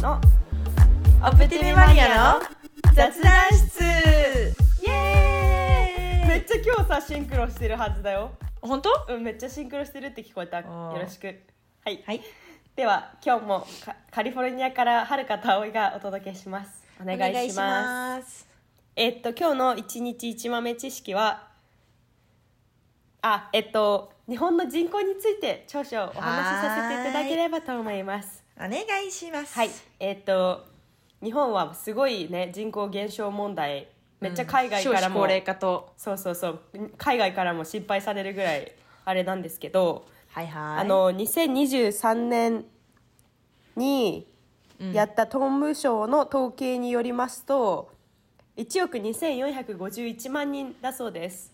のオプティミマニアの雑談室イエめーっイちゃ今日さシンクロしてるはずだよ、本当うん、めっちゃシンクロしてるって聞こえたーよろしくはい、はいでは今日もカカリフォルニアからはるかと葵がお届けしますお願いしますすえっと今日の一日一豆知識はあえっと日本の人口について長所をお話しさせていただければと思いますお願いしますはい、えっと日本はすごいね人口減少問題めっちゃ海外からも、少子高齢化とそうそうそう海外からも心配されるぐらいあれなんですけど、はいはいあの2023年にやった東務省の統計によりますと1億2451万人だそうです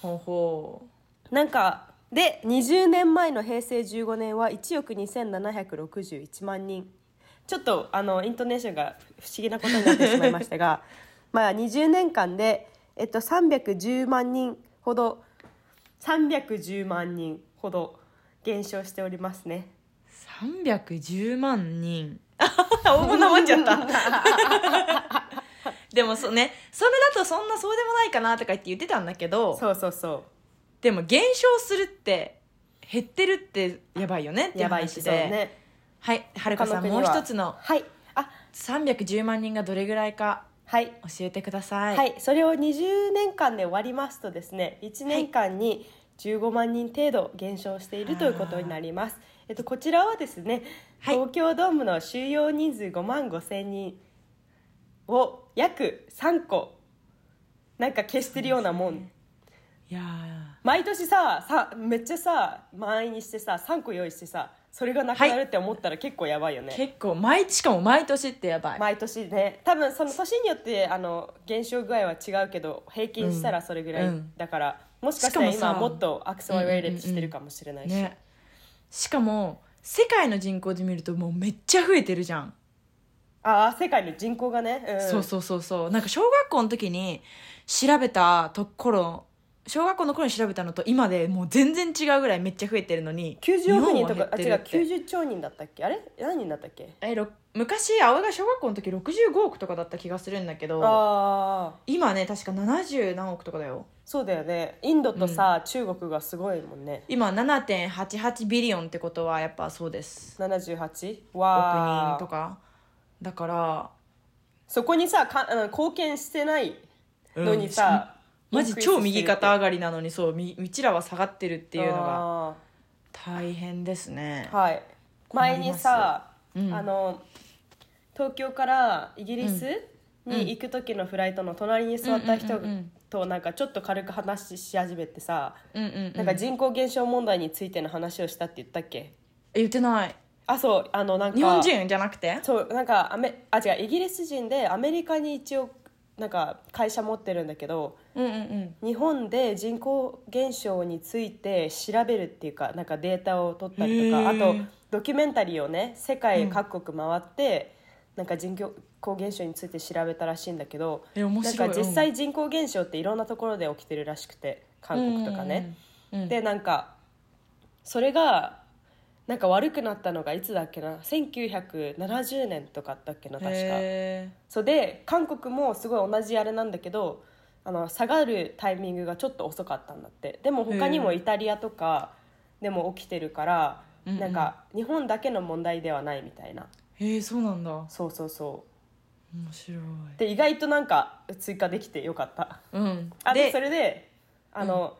ほうほなんかで20年前の平成15年は1億2761万人ちょっとあのイントネーションが不思議なことになってしまいましたが まあ20年間で、えっと、310万人ほど310万人ほど減少しておりますね。う310万 人大物持っちゃった。 でもそうねそれだとそんなそうでもないかなとか言って言ってたんだけどそうそうそでも減少するって減ってるってやばいよねっう。てやばい話しで、ね。はいはるかさん他もう国は一つのはい。あ、 310万人がどれぐらいかはい。教えてください、はい、それを20年間で割りますとですね1年間に15万人程度減少しているということになります、えっと、こちらはですね、はい東京ドームの収容人数5万5千人を約3個なんか消してるようなもん、いや毎年ささめっちゃさ満員にしてさ3個用意してさそれがなくなるって思ったら結構やばいよね、ー結構毎しかも毎年ってやばい、毎年ね多分その年によってあの減少具合は違うけど平均したらそれぐらい、うんだからもしかしたらしか今もさもっとアクセルレートしてるかもしれないし、ねしかも世界の人口で見るともうめっちゃ増えてるじゃん、ああ世界の人口がね、うん、そうそうそうそうなんか小学校の時に調べたところ小学校の頃に調べたのと今でもう全然違うぐらいめっちゃ増えてるのに90億人と日本はかあ違減うってるって90兆人だったっけあれ何人だったっけえろ昔葵が小学校の時65億とかだった気がするんだけどああ今ね確か70何億とかだよそうだよねインドとさ、中国がすごいもんね今7.88ビリオンってことはやっぱそうです78億わ人とかだからそこにさかあの貢献してないのにさ、マジ超右肩上っがりなのにそうみうちらは下がってるってていうのがが大変ですねはい、困前りますにさ、うんあの東京からイギリスに行く時のフライトの隣に座った人うんうんうんうんとなんかちょっと軽く話し始めてさ、うんうん,、うん、なんか人口減少問題についての話をしたって言ったっけ言ってないあそうあのなんか日本人じゃなくてそうなんかアメあ違うイギリス人でアメリカに一応なんか会社持ってるんだけどうんうんうん日本で人口減少について調べるっていうかなんかデータを取ったりとへかあーとドキュメンタリーをね世界各国回って、なんか人口減少について調べたらしいんだけどえ面白いなんか実際人口減少っていろんなところで起きてるらしくて韓国とかね。うんうんうん、でなんかそれがなんか悪くなったのがいつだっけな1970年とかだっけな確か。へそうで韓国もすごい同じあれなんだけどあの下がるタイミングがちょっと遅かったんだってでも他にもへえイタリアとかでも起きてるから、うんうんなんか日本だけの問題ではないみたいなーへーそうなんだ面そうそうそ白いうで意外となんか追加できてよかったうんあででそれであの、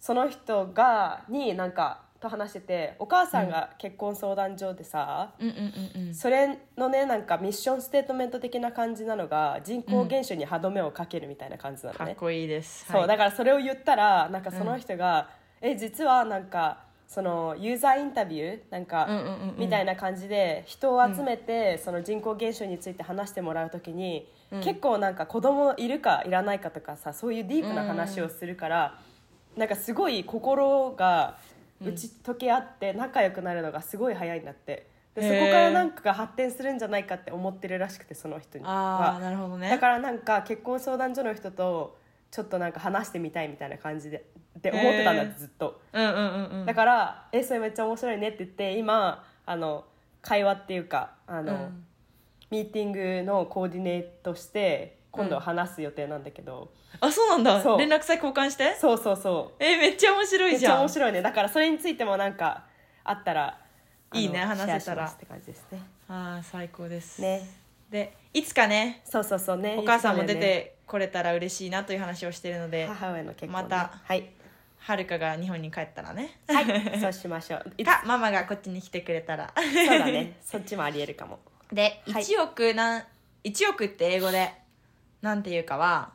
その人がになんかと話しててお母さんが結婚相談所でさ、うんうんうんうんそれのねなんかミッションステートメント的な感じなのが人口減少に歯止めをかけるみたいな感じなのかねっ、こいいですそうはだいからそれを言ったらなんかその人が、え実はなんかそのユーザーインタビューなんか、うんうんうんうんみたいな感じで人を集めて、その人口減少について話してもらう時に、うん結構なんか子供いるかいらないかとかさそういうディープな話をするから、なんかすごい心が打ち解け合って仲良くなるのがすごい早いんだってでへそーこからなんかが発展するんじゃないかって思ってるらしくてその人にああは。なるほどねだからなんか結婚相談所の人とちょっとなんか話してみたいみたいな感じでって思ってたんだっへーてずっと。うんうんうんうんだから「えそれめっちゃ面白いね」って言って今あの会話っていうかあらの、うんミーティングのコーディネートして今度は話す予定なんだけど、あそうなんだそう連絡先交換してそうそうそうえめっちゃ面白めいっじちゃゃん面白いねだからそれについてもなんかあったらあのいいシねェア話せたらしますって感じですねあー最高です、ねでいつかねそうそうそうねお母さんも出いつかねてこれたら嬉しいなという話をしているので母親の結婚ね、またはいはるかが日本に帰ったらね はいそうしましょういつかママがこっちに来てくれたらそうだねそっちもありえるかもではい1億なん1億って英語でなんていうかは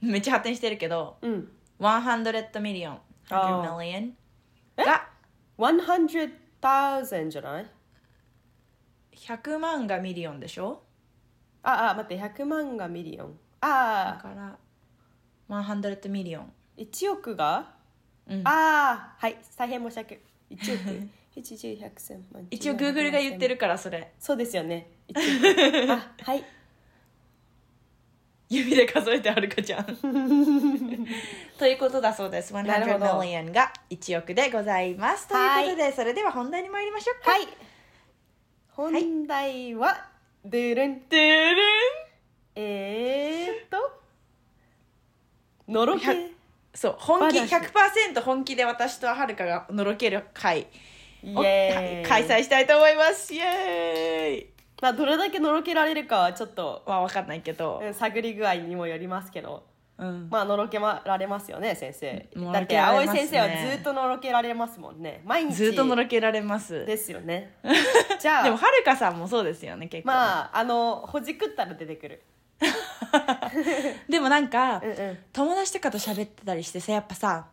めっちゃ発展してるけどうん100ミリオンあ100ーミリオンえが100,000じゃない100万がミリオンでしょああ待って100万がミリオンだああから100ミリオン1億が、うんああはい大変申し訳1億 1 1 0万一応グーグルが言ってるからそれそうですよ ね1億あはい指で数えてはるかちゃん ということだそうですなるほど100ミリオンが1億でございますということでそれでは本題に参りましょうかはい本題は、ドゥルンてれんえー、っとのろひゃけそう本気話100%本気で私とはるかがのろける会イをエーイ開催したいと思いますイエーイまあどれだけのろけられるかはちょっと、まあ分かんないけどう、ん探り具合にもよりますけどうんまあのろけまられますよね先生のだろってけられ葵ますね先生はずっとのろけられますもんね毎日ずっとのろけられますでですよね じゃあもはるかさんもそうですよね結構、まああのほじくったら出てくるでもなんか、うん友達とかと喋ってたりしてさやっぱさ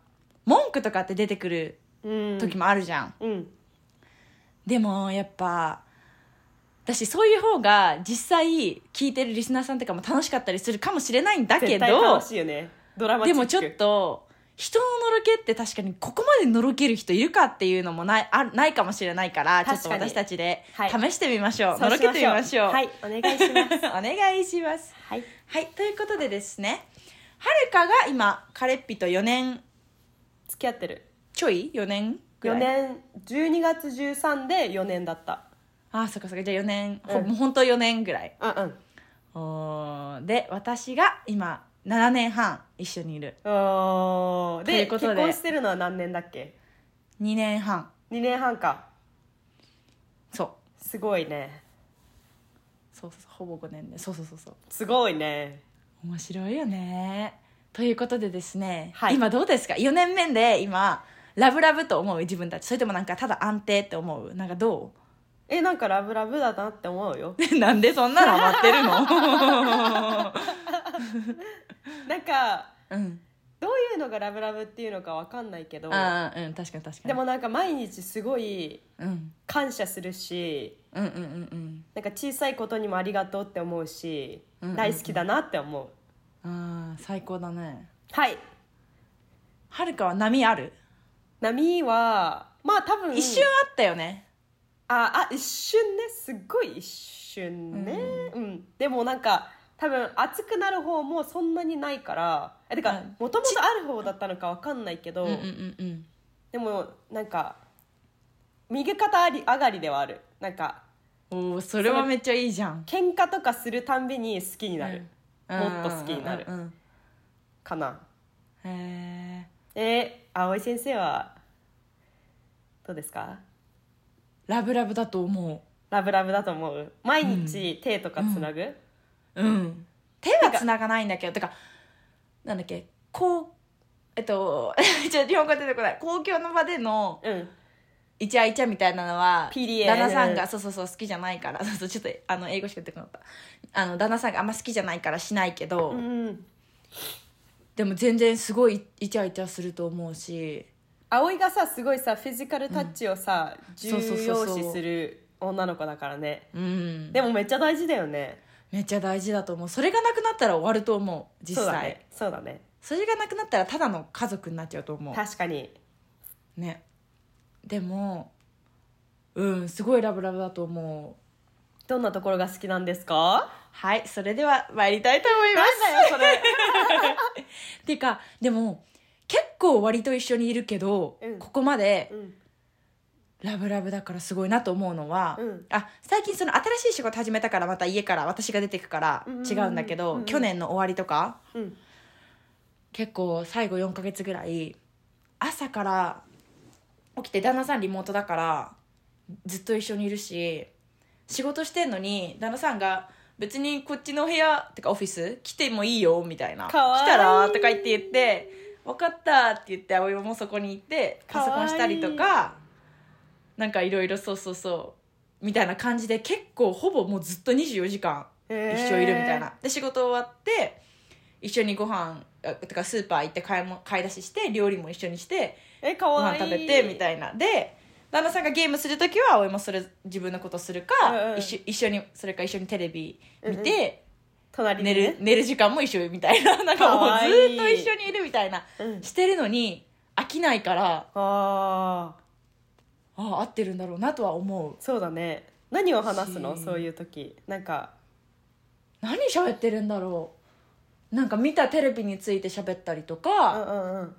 文句とかって出てくるうん時もあるじゃん、うんでもやっぱ私そういう方が実際聞いてるリスナーさんとかも楽しかったりするかもしれないんだけ絶ど対楽しいよねドラマチでックもちょっと人ののろけって確かにここまでのろける人いるかっていうのもないあないかもしれないからちょっ確とかに私たちではい試してみましょそうう、しのろけてみましょうはいお願いします お願いしますはいはいということでですねはるかが今カレッピと4年付き合ってるちょい4年ぐら4い年12月13で4年だったああそっかそっかじゃあ4年、ほうんもう本当4年ぐらいうんうんおーで私が今7年半一緒にいるおーといでうこ結とで婚してるのは何年だっけ2年半2年半かそうすごいねそうそうそうほぼ5年でそうそうそうそうすごいね面白いよねということでですね、はい今どうですか4年目で今ラブラブと思う自分たちそれともなんかただ安定って思うなんかどえなんかラブラブだなって思うよう なんでそんなの待ってるの なんかうんどういうのがラブラブっていうのかわかんないけどあーうん確かに確かにでもなんか毎日すごいうん、感謝するしうんうんうんうんなんか小さいことにもありがとうって思うし、うんうん大好きだなって思うあー最高だねはいはるかは波ある、波はまあ多分一瞬あったよねああ一瞬ねすっごい一瞬ね、うんでもなんか多分熱くなる方もそんなにないからえてうかんもともとある方だったのかわかんないけど、うんうんうんうんでもなんか右肩上がりではあるなんかおーそれはめっちゃいいじゃん喧嘩とかするたんびに好きになる、うんもっと好きになるうんうんかなうんへーえー、葵先生はどうですかラブラブだと思ラブラブだと思う毎日手とかつなぐ、ううん手はつながないんだけどてかなんだっけこうえっと ちょっと日本語出てこない公共の場でのうんイチャイチャみたいなのは PDA 旦那さんうがんそうそうそう好きじゃないからそうそうちょっとあの英語しか出てこなかったあの旦那さんがあんま好きじゃないからしないけど、うん、でも全然すごいイチャイチャすると思うし葵がさすごいさフィジカルタッチをさ、そうそ重うそ要うそう視する女の子だからねうんでもめっちゃ大事だよねめっちゃ大事だと思うそれがなくなったら終わると思う実そうだ際ねそうだねそれがなくなったらただの家族になっちゃうと思確かにうねでもうんすごいラブラブだと思うどんなところが好きなんですかはいそれでは参りたいと思いますだよそれてかでも結構割と一緒にいるけど、うんここまでうんラブラブだからすごいなと思うのは、うんあ最近その新しい仕事始めたからまた家から私が出てくからうんうんうん違うんだけど、うんうん去年の終わりとかうん結構最後4ヶ月ぐらい朝から起きて旦那さんリモートだからずっと一緒にいるし仕事してんのに旦那さんが別にこっちの部屋てかオフィス来てもいいよみたいなかわいい来たらとか言って言って分かったって言って葵もそこに行ってパソコンしたりとかかなんかいろいろそうそうそうみたいな感じで結構ほぼもうずっと24時間一一緒いるみたいな、で仕事終わって一緒にご飯あてかスーパー行って買いも買い出しして料理も一緒にしてえかごわ飯いい食べてみたいなで旦那さんがゲームする時は葵もそれ自分のことするか、うんうん一緒一緒にそれか一緒にテレビ見うんて、隣に寝ねる寝る時間も一緒みたいな なんかもうかわいいずっと一緒にいるみたいなうんしてるのに飽きないからああああ合ってるんだろうなとは思うそうだね何を話すのしそういう時なんか何喋ってるんだろうなんか見たテレビについて喋ったりとうか、んうんうん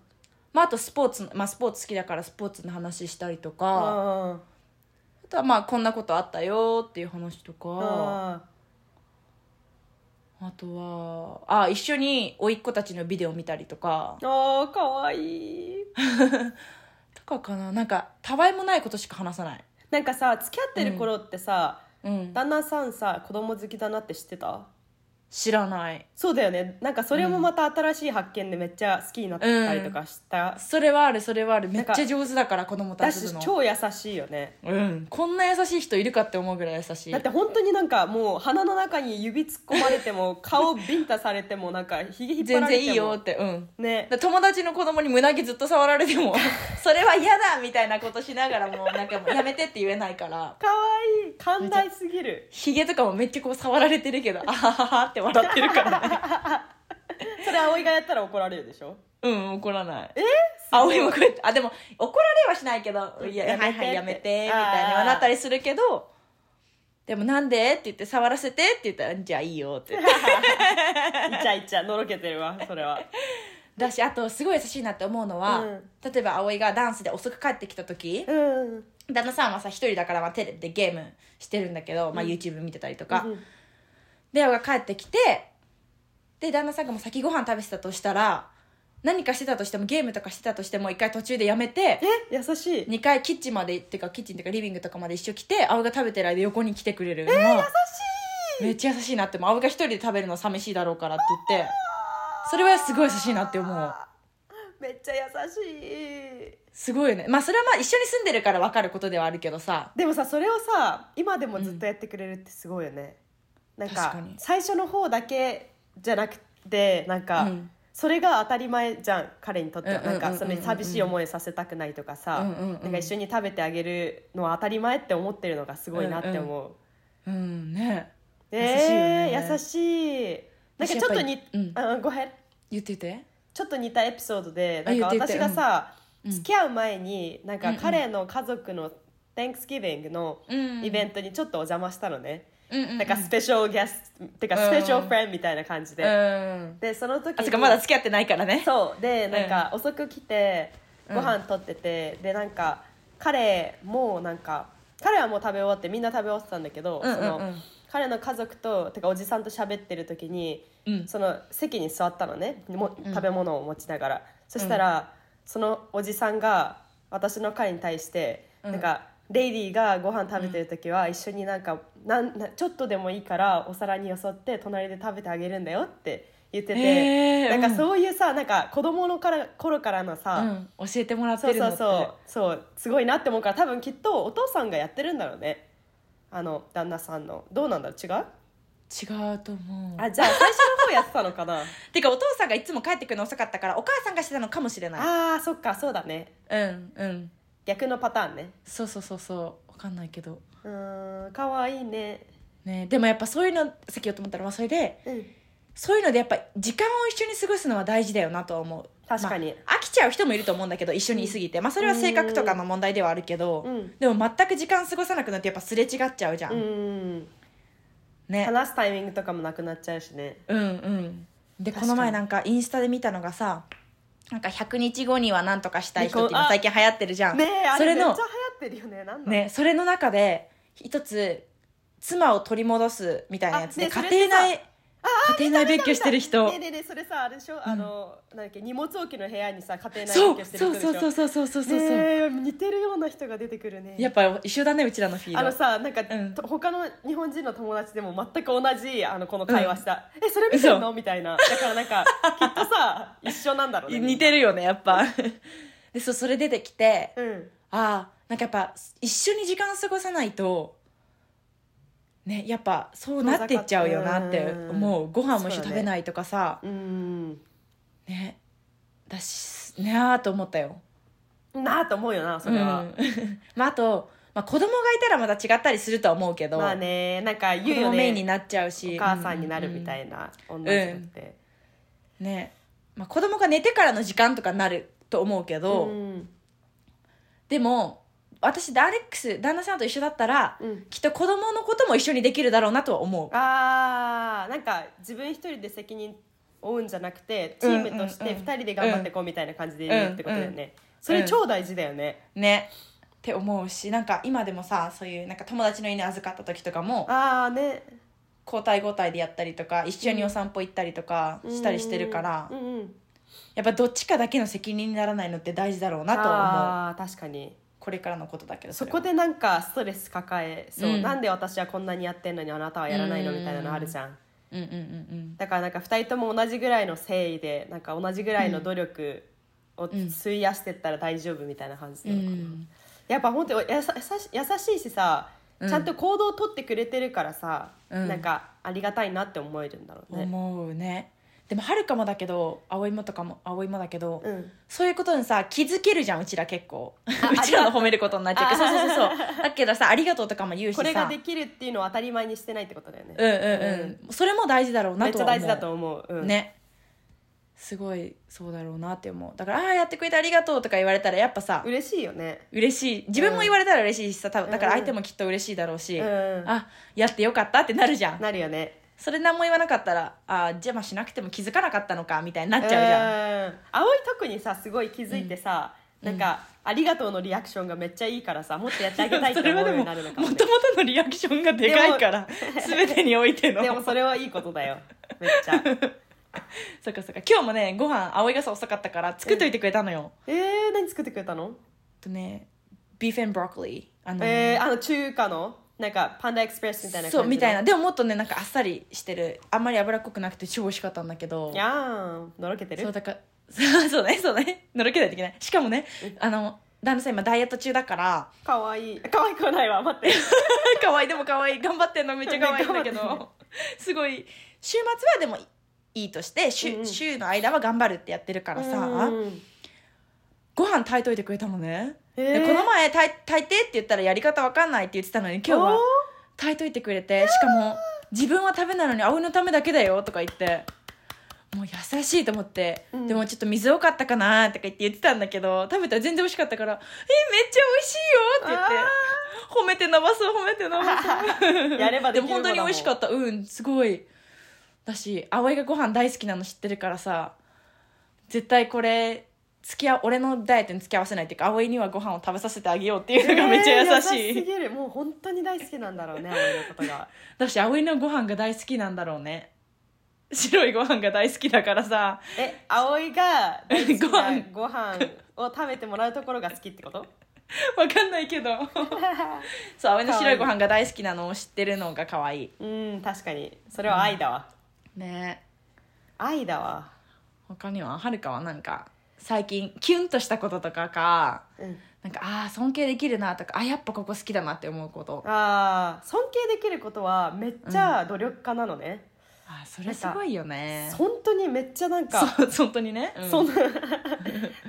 まあ、あとスポーツの、まあ、スポーツ好きだからスポーツの話したりとか、ああーとはまあこんなことあったよっていう話とかああとはあ一緒に甥っ子たちのビデオ見たりとかーあーかわいいとかかななんかたわいもないことしか話さないなんかさ付き合ってる頃ってさ、うん旦那さんさ子供好きだなって知ってた知らないそうだよねなんかそれもまた新しい発見でめっちゃ好きになったりとかした、それはあるそれはあるめなっんかちゃ上手だから子供とだ遊ぶしの超優しいよねうんこんな優しい人いるかって思うぐらい優しいだって本当になんかもう鼻の中に指突っ込まれても顔ビンタされてもなんかひげ引っ張全られても然いいよってうんねだから友達の子供に胸毛ずっと触られ てもそれは嫌だみたいなことしながらもうなんかもうやめてって言えないからかわいい寛大すぎるヒゲとかもめっちゃこう触られてる けど、あはははって笑ってるからね。それ葵がやったら怒られるでしょうん、怒らない。えごい葵もこうやって、あ、でも怒られはしないけど、いや、やめてはいはい、やめて、みあーたいにはなったりするけど、でもなんでって言って、触らせてって言ったら、じゃあいいよって 言って。イチャイチャのろけてるわそれはだし、あと、すごい優しいなって思うのは、うん例えば葵がダンスで遅く帰ってきた時、うん旦那さんはさ、一人だから、まあ、テレビでゲームしてるんだけど、まあ、YouTube 見てたりとか、レオが帰ってきてで旦那さんがもう先ご飯食べてたとしたら何かしてたとしてもゲームとかしてたとしても一回途中でやめえて優しい2回キッチンまでっていうかキッチンっていうかリビングとかまで一緒来て葵が食べてる間横に来てくれるのえ優しいめっちゃ優しいなってもう葵が一人で食べるの寂しいだろうからって言ってそれはすごい優しいなって思うめっちゃ優しいすごいよねまあそれはまあ一緒に住んでるから分かることではあるけどさでもさそれをさ今でもずっとやってくれるってすごいよね、なん確かかに最初の方だけじゃなくてなんか、うんそれが当たり前じゃん彼にとっては、うんうんうんうんなんかその寂しい思いさせたくないとかさ、うんうんうんなんか一緒に食べてあげるのは当たり前って思ってるのがすごいなって思う、うんねえー優優しいなんかちょっとに、私やっぱあごめん言っててちょっと似たエピソードであなんか言って私言ってがさ、うん付き合う前になんうかんうん彼の家族の Thanksgiving のイベントにちょっとお邪魔したのね、うんうんうんなんかスペシャルゲストてかうんスペシャルフレンドみたいな感じで、うんでその時あにそっかまだ付き合ってないからねそうでなんか遅く来てご飯取ってて、でなんか彼もなんか彼はもう食べ終わってみんな食べ終わってたんだけど、うんうんうんその彼の家族とてかおじさんと喋ってる時に、うんその席に座ったのねも食べ物を持ちながら、そしたら、そのおじさんが私の彼に対して、うんなんかレイディーがご飯食べてる時は一緒になんかなんなちょっとでもいいからお皿によそって隣で食べてあげるんだよって言ってて、へーなんうんかそういうさなんか子供のから頃からのさ、うん、教えてもらってそうるそのっうてそうそうすごいなって思うから多分きっとお父さんがやってるんだろうねあの旦那さんのどうなんだろう違う違うと思うあじゃあ最初の方やってたのか なてかお父さんがいつも帰ってくるの遅かったからお母さんがしてたのかもしれないあーそっかそうだねうんうん逆のパターンねそうそうそうそうわかんないけどうーんかわいいねねでもやっぱそういうのさっき言おうと思ったら、まあ、それでうんそういうのでやっぱ時間を一緒に過ごすのは大事だよなとは思う確かにまあ飽きちゃう人もいると思うんだけど一緒にいすぎて、まあ、それは性格とかの問題ではあるけど、うんでも全く時間過ごさなくなってやっぱすれ違っちゃうじゃん、うんね話すタイミングとかもなくなっちゃうしねうんうんで確かこにの前なんかインスタで見たのがさなんか100日後には何とかしたい人っ離婚て今あ最近流行ってるじゃん、ねえあそれれめっちゃの流行っってるよねなんだろうね、それの中で一つ妻を取り戻すみたいなやつで、あねそれ家庭っ内あ家庭内別居してる人ねえねえねえそれさあれでしょ、あのなんだっけ荷物置きの部屋にさ家庭内そ別う居してそる人うでしそょうそうそうそうそうそう、ねえ似てるような人が出てくるねやっぱ一緒だねうちらのフィードあのさなんか、んと他の日本人の友達でも全く同じあのこの会話した、えそれ見てんの嘘みたいなだからなんかきっとさ一緒なんだろうね 似てるるよねやっぱ でそうそれ出てきてうんああなんかやっぱ一緒に時間過ごさないとねやっぱそうなっていっちゃうよなって思ううんご飯も一そう緒だね食べないとかさうんねだしねあーと思ったよなあと思うよなそれは、うん まああと、まあ、子供がいたらまた違ったりするとは思うけど、まあねなんか子言うよ供メインにねなっちゃうしお母さんになるみたな、いな女の人って、うんね、まあ、子供が寝てからの時間とかになると思うけど、うんでも私でアレックス旦那さんと一緒だったら、うんきっと子供のことも一緒にできるだろうなとは思うあーなんか自分一人で責任負うんじゃなくてチームとしてうんうんう2ん人で頑張ってこうみたいな感じで言うってことだよね、うんうそれ超大事だよね、ねって思うしなんか今でもさそういうなんか友達の犬預かった時とかもああね交代交代でやったりとか一緒にお散歩行ったりとかしたりしてるから、うんうんうんやっぱどっちかだけの責任にならないのって大事だろうなとは思うあー確かにこれからのことだけどそれはこでなんかストレス抱えそう、うんなんで私はこんなにやってんのにあなたはやらないのうんみたいなのあるじゃんうんうんうんだからなんか2人とも同じぐらいの誠意でなんか同じぐらいの努力を費やしてったら大丈夫みたいな感じうんなうのかな、んやっぱ本当にやさ優しいしさうんちゃんと行動をとってくれてるからさ、うんなんかありがたいなって思えるんだろうね。思うねでもはるかもだけど葵もとかも葵もだけど、うん、そういうことにさ気づけるじゃんうちら結構あうちらの褒めることになっちゃうけどあそうそうそうそうだけどさありがとうとかも言うしさこれができるっていうのを当たり前にしてないってことだよね。うんうんうんそれも大事だろうめなっとちゃは思う大事だと思う。うん、ねすごいそうだろうなって思うだから「ああやってくれてありがとう」とか言われたらやっぱさ嬉しいよね。嬉しい自分も言われたら嬉しいしさ多分だからうんうん相手もきっと嬉しいだろうし、うんあやってよかったってなるじゃんなるよね。それ何も言わなかったらあ邪魔しなくても気づかなかったのかみたいになっちゃうじゃん、ゃん。葵特にさすごい気づいてさ、なんか、ありがとうのリアクションがめっちゃいいから さもっとやってあげたいってそ思れうようにはでもなるのかも、もねと、もとのリアクションがでかいから 全てにおいてのでもそれはいいことだよめっち ゃそっかそっか今日もねご飯葵がさ遅かったから作っといてくれたのよ、えー、何作ってくれたのとねビーフンブロッコリーあのえー、あの中華のなんかパンダエクスプレスみたいな感じのそうみたいなでももっとねなんかあっさりしてるあんまり脂っこくなくて超美味しかったんだけどやーんのろけてそうるだから そうそうねそうねのろけないといけないしかもねあの旦那さん今ダイエット中だから かわいいかわいくはないわ待って可愛いでも可愛い頑張ってんのめっちゃ可愛いんだけ 頑張ってどすごい週末はでもいいとして週,、うんうん週の間は頑張るってやってるからさ、うんご飯炊いといてくれたのね、へーでこの前炊い炊いてって言ったらやり方わかんないって言ってたのに今日はおー炊いといてくれてしかも自分は食べないのに葵のためだけだよとか言ってもう優しいと思って、うんでもちょっと水多かったかなとか言って言ってたんだけど食べたら全然美味しかったから「えめっちゃ美味しいよ」って言って褒めて伸ばそう褒めて伸ばそ うやればでできるも子だもん本当に美味しかったうんすごいだし葵がご飯大好きなの知ってるからさ絶対これ付き合俺のダイエットに付き合わせないっていうか葵にはご飯を食べさせてあげようっていうのがめっちゃ優しえーい、優すぎるもう本当に大好きなんだろうね葵のことがだし葵のご飯が大好きなんだろうね白いご飯が大好きだからさえ葵が大好きな ご飯ご飯を食べてもらうところが好きってことわかんな いけどそう葵の白いご飯が大好きなのを知ってるのが可愛いうん確かにそれは愛だわ、ね愛だわ他にははるかはなんか最近キュンとしたこととかかうんなんかああ尊敬できるなとかあやっぱここ好きだなって思うことあー尊敬できることはめっちゃ努力家なのね、あーそれすごいよね本当にめっちゃなんかそう本当にね、うんそんな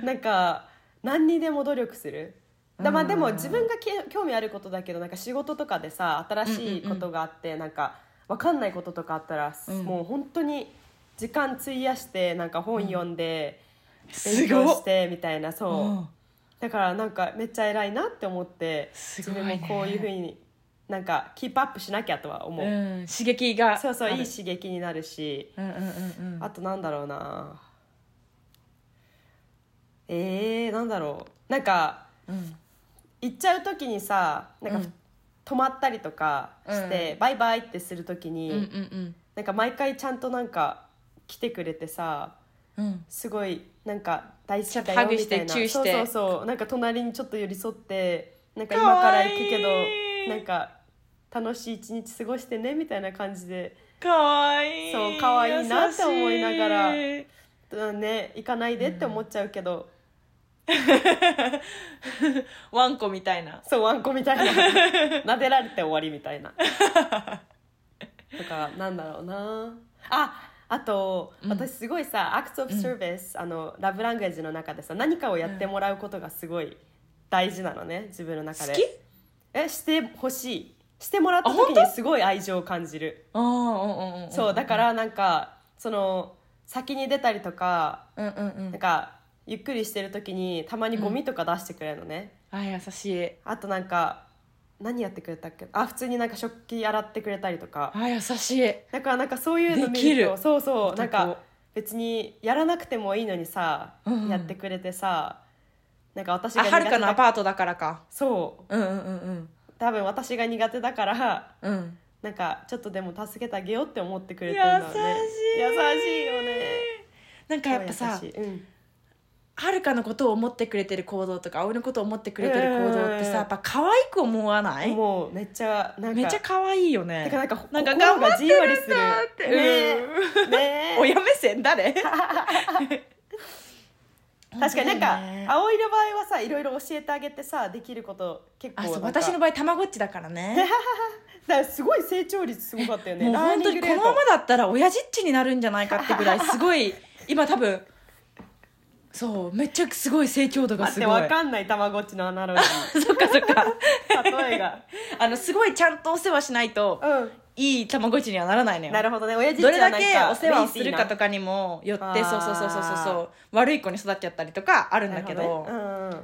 なんか何にでも努力するだまあでも自分がき興味あることだけどなんか仕事とかでさ新しいことがあって、なんか分かんないこととかあったら、うんもう本当に時間費やしてなんか本読んで、す強ごしいてみたいなそう、うんだからなんかめっちゃ偉いなって思って、す自ごい分もねこういうふうになんかキープアップしなきゃとは思う、うん刺激がそうそうあるいい刺激になるしうんうんうんうんあとなんだろうなえー、なんだろうなんかうん行っちゃう時にさなんか、うん泊まったりとかして、バイバイってする時に、うんうんなんか毎回ちゃんとなんか来てくれてさうんうんすごいなんか大好きだハよグみしたていなチューしそうてそうそうなんか隣にちょっと寄り添ってなんかかわいい今から行くけどなんか楽しい一日過ごしてねみたいな感じで、かわいいそうかわいいなって思いながら優しいうんね、行かないでって思っちゃうけど、ワンコみたいなそうワンコみた いな撫でられて終わりみたいなとかなんだろうなああと、うん私すごいさ acts of service、あのラブランゲージの中でさ何かをやってもらうことがすごい大事なのね自分の中好できえしてほしいしてもらったあ本時当にすごい愛情を感じるああうんうんうんそうだからなんかその先に出たりとかうんうんうなんんかゆっくりしてる時にたまにゴミとか出してくれるのね、あ優しいあとなんか何やってくれたっけあ普通になんか食器洗ってくれたりとかあ優しいだからなんかそういうの見できるとるそうそうなん本か別にやらなくてもいいのにさ、うんうんやってくれてさなんか私があはるかのアだパートだからかそううんうんうん多分私が苦手だからうんうんなんかちょっとでも助けてあげようって思ってくれてるんだよね優しいよねなんかやっぱさ優しいうんはるかのことを思ってくれてる行動とか葵のことを思ってくれてる行動ってうんさやっぱ可愛く思わないもうめっちゃなんかめっちゃ可愛いよてかねなんかなんか心がじんわりする頑張ってるんだ ねね親目線 誰確かになんか、本当だよね葵の場合はさいろいろ教えてあげてさできること結構あそうなんか私の場合たまごっちだからねだからすごい成長率すごかったよ ねもうラー本ニ当ンにグこレーのトままだったら親父っちになるんじゃないかってぐらいす ごい今多分そうめっちゃすごい成長度が待っすてごいわかんないたまごっちのアナロジ そっかそっかー例えがあのすごいちゃんとお世話しないとういいたまごっちにはならないのんよなるほどね親父どれだなんけお世話をするかとかにもよってそうそうそうそうそうそう悪い子に育っちゃったりとかあるんだけどなるほねうんうんそう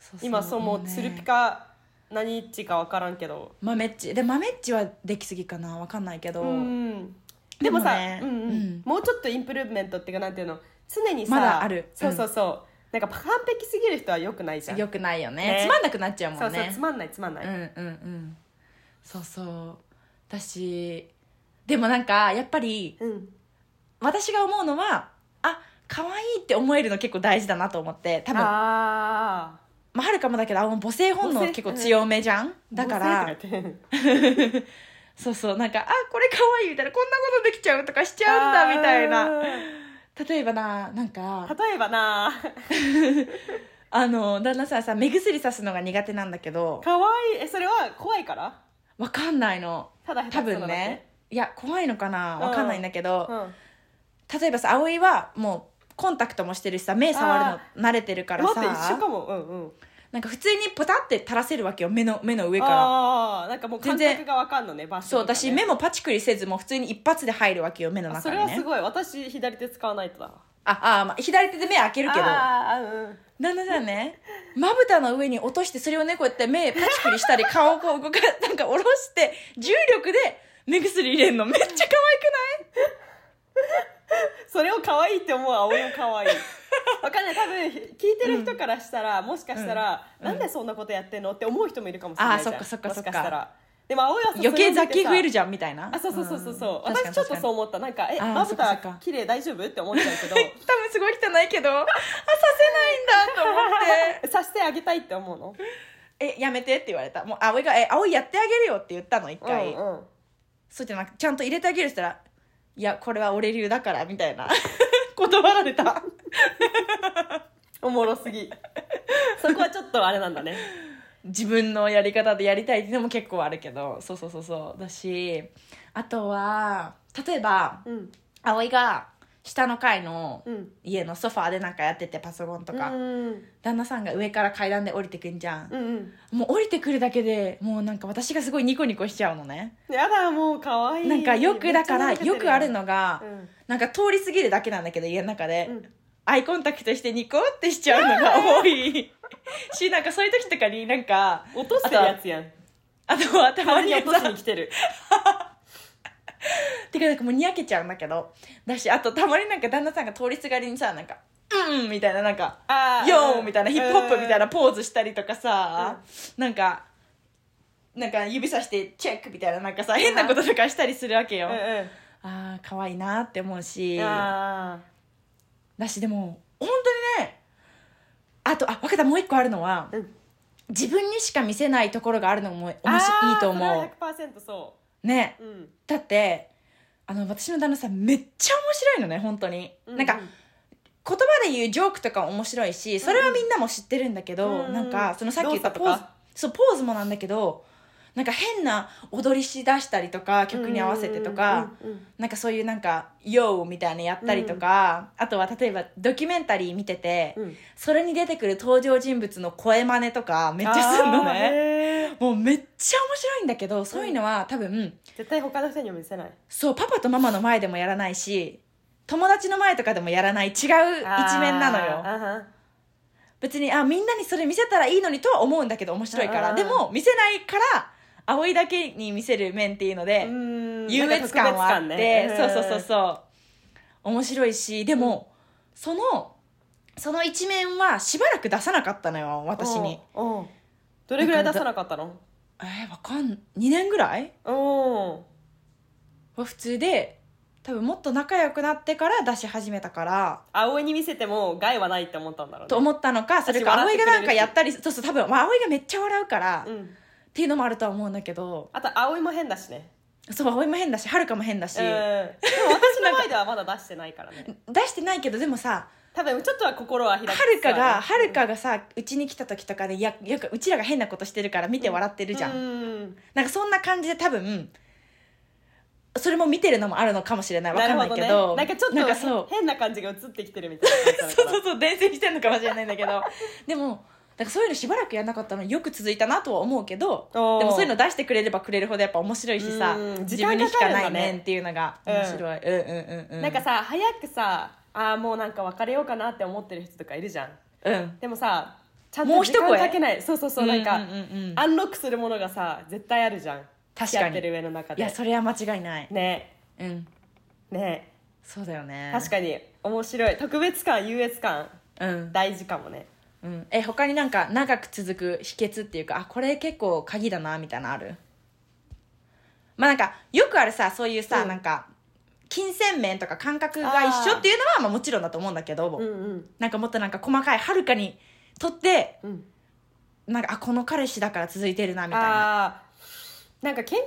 そう今そうもうねつるぴか何っちかわからんけど豆っちで豆っちはできすぎかなわかんないけど、うんでもさでもねうんうんうんもうちょっとインプルーブメントっていうかなんていうの常にさまだあるそうそうそう、なんか完璧すぎる人はよくないじゃんよくないよねねつまんなくなっちゃうもんねそうそうつまんないつまんない、うんうんうんそうそう私でもなんかやっぱりうん、私が思うのはあ可愛いって思えるの結構大事だなと思って多分ああまあ、はるかもだけどあもう母性本能母性結構強めじゃんだからそうそうなんかあこれ可愛いみたいなこんなことできちゃうとかしちちゃうんだみたい なな例えばななんか例えばなあの旦那さんさ目薬さすのが苦手なんだけど可愛いいえそれは怖いからわかんないのただ下手多くそな分だけねいや怖いのかなわかんないんだけうどん例えばさ葵はもうコンタクトもしてるしさ目触るの慣れてるから待って一緒さかもうんうんなんか普通にポタって垂らせるわけよ目の目の上からああなんかもう感全覚然がわかんのね場所そうとかね私目もパチクリせずもう普通に一発で入るわけよ目のあそ中にれねはすごい私左手使わないとだわああ、まあ、左手で目開けるけどあーうん旦那さんねまぶたの上に落としてそれをねこうやって目パチクリしたり顔をこう動かなんか下ろして重力で目薬入れんのめっちゃ可愛くそれを可愛いって思う葵も可愛いわかんない多分聞いてる人からしたら、もしかしたら、なんでそんなことやってんのって思う人もいるかもしれないじゃんあーそっかそっかそっかもしかしたらでも葵はさない余計雑菌増えるじじゃんみたいなあそうそうそうそうそう、ん私ちょっと確かに確かにそう思ったなんかえあーまぶそっかそったか綺麗大丈夫って思っちゃうけ ど多分すごい汚いけどあさせないんだと思ってさしてあげたいって思うの 「えやめて」って言われたもう葵が「え葵やってあげるよ」って言ったの一回、うんうんそうじゃなくちゃんと入れてあげるって言ったら「いやこれは俺流だから」みたいな 断られたおもろす ぎそこはちょっとあれなんだね自分のやり方でやりたいっていうのも結構あるけどそうそうそうそうだしあとは例えばうん葵が下の階のうん家のソファーでなんかやっててパソコンとうか、ん旦那さんが上から階段で降りてくんじゃんう、んもう降りてくるだけでもうなんか私がすごいニコニコしちゃうのねやだもう可愛いなんかよくだからめっちゃよくあるのが、うんなんか通り過ぎるだけなんだけど家の中で、うんアイコンタクトしてニコってしちゃうのが多いしなんかそういう時とかになんか落としてるやつやんあとはたま顔にに落としさに来てるてかなんかもうにやけちゃうんだけどだしあとたまになんか旦那さんが通りすがりにさなんかうんみたいななんかあーヨーうんみたいなヒップホップみたいなうんポーズしたりとかさ、なんかなんか指さしてチェックみたいななんかさ変なこととかしたりするわけよ、うんうんあー可愛いなって思うしあだしでも本当にねあとあ分かったもう一個あるのはーうん自分にしか見せないところがあるのもおもしあーいいとそれ思は100%そうねううんだってあの私の旦那さんめっちゃ面白いのね本当に、うなんか言葉で言うジョークとか面白いしそれはみんなも知ってるんだけど、うんうんなんかそのさっき言った動ポ作ーとズかそうポーズもなんだけどなんか変な踊りしだしたりとか曲に合わせてとか、うんうんうんなんかそういうなんか「YO!」みたいなやったりとか、あとは例えばドキュメンタリー見てて、うんそれに出てくる登場人物の声真似とかめっちゃすんのあーねへーもうめっちゃ面白いんだけどそういうのは多分、絶対他の人には見せないそうパパとママの前でもやらないし友達の前とかでもやらない違う一面なのよよ別にあみんなにそれ見せたらいいのにとは思うんだけど面白いかうらんでも見せないから葵だけに見せる面っていうので優越感はあって、そうそうそうそう面白いしでも、そのその一面はしばらく出さなかったのよ私におうおうどれぐらい出さなかったのえー、わかん2年ぐらいおうは普通で多分もっと仲良くなってから出し始めたから葵に見せても害はないって思ったんだろうねと思ったのかそれか笑っ葵てくがれるしなんかやったりそうそう多分、まあ、葵がめっちゃ笑うから、うっんていうのもあるとは思うんだけどあと葵も変だしねそう葵も変だしはるかも変だし、うんでも私の前ではまだ出してないからね出してないけどでもさ多分ちょっとは心は開くはるかがはるかがさうちに来た時とかでいやよくうちらが変なことしてるから見て笑ってるじゃん、うんなんかそんな感じで多分それも見てるのもあるのかもしれないわかんないけどなるほねなんかちょっとなんかそう変な感じが映ってきてるみたいな感じ そうなそのうそう伝染してるのかもしれないんだけどでもだからそういうのしばらくやんなかったのよく続いたなとは思うけどでおーもそういうの出してくれればくれるほどやっぱ面白いしさうん自分にしか時間かかるんないだね面っていうのが面白い、うん、うんうんうんなんかさ早くさあーもうなんか別れようかなって思ってる人とかいるじゃんうんでもさちゃんもとう一時間声かけないそうそうそうなんか、うんうんうんうんアンロックするものがさ絶対あるじゃん確付き合かにってる上の中いでやそれは間違いないねうんねそうだよね確かに面白い特別感優越感うん、大事かもねうん、え他になんか長く続く秘訣っていうかあこれ結構鍵だなみたいなのあるまあなんかよくあるさそういうさ、うんなんか金銭面とか感覚が一緒っていうのはまあもちろんだと思うんだけど、うんうんなんかもっとなんか細かいはるかにとってうんなんかあこの彼氏だから続いてるなみたいなあーなんか喧嘩し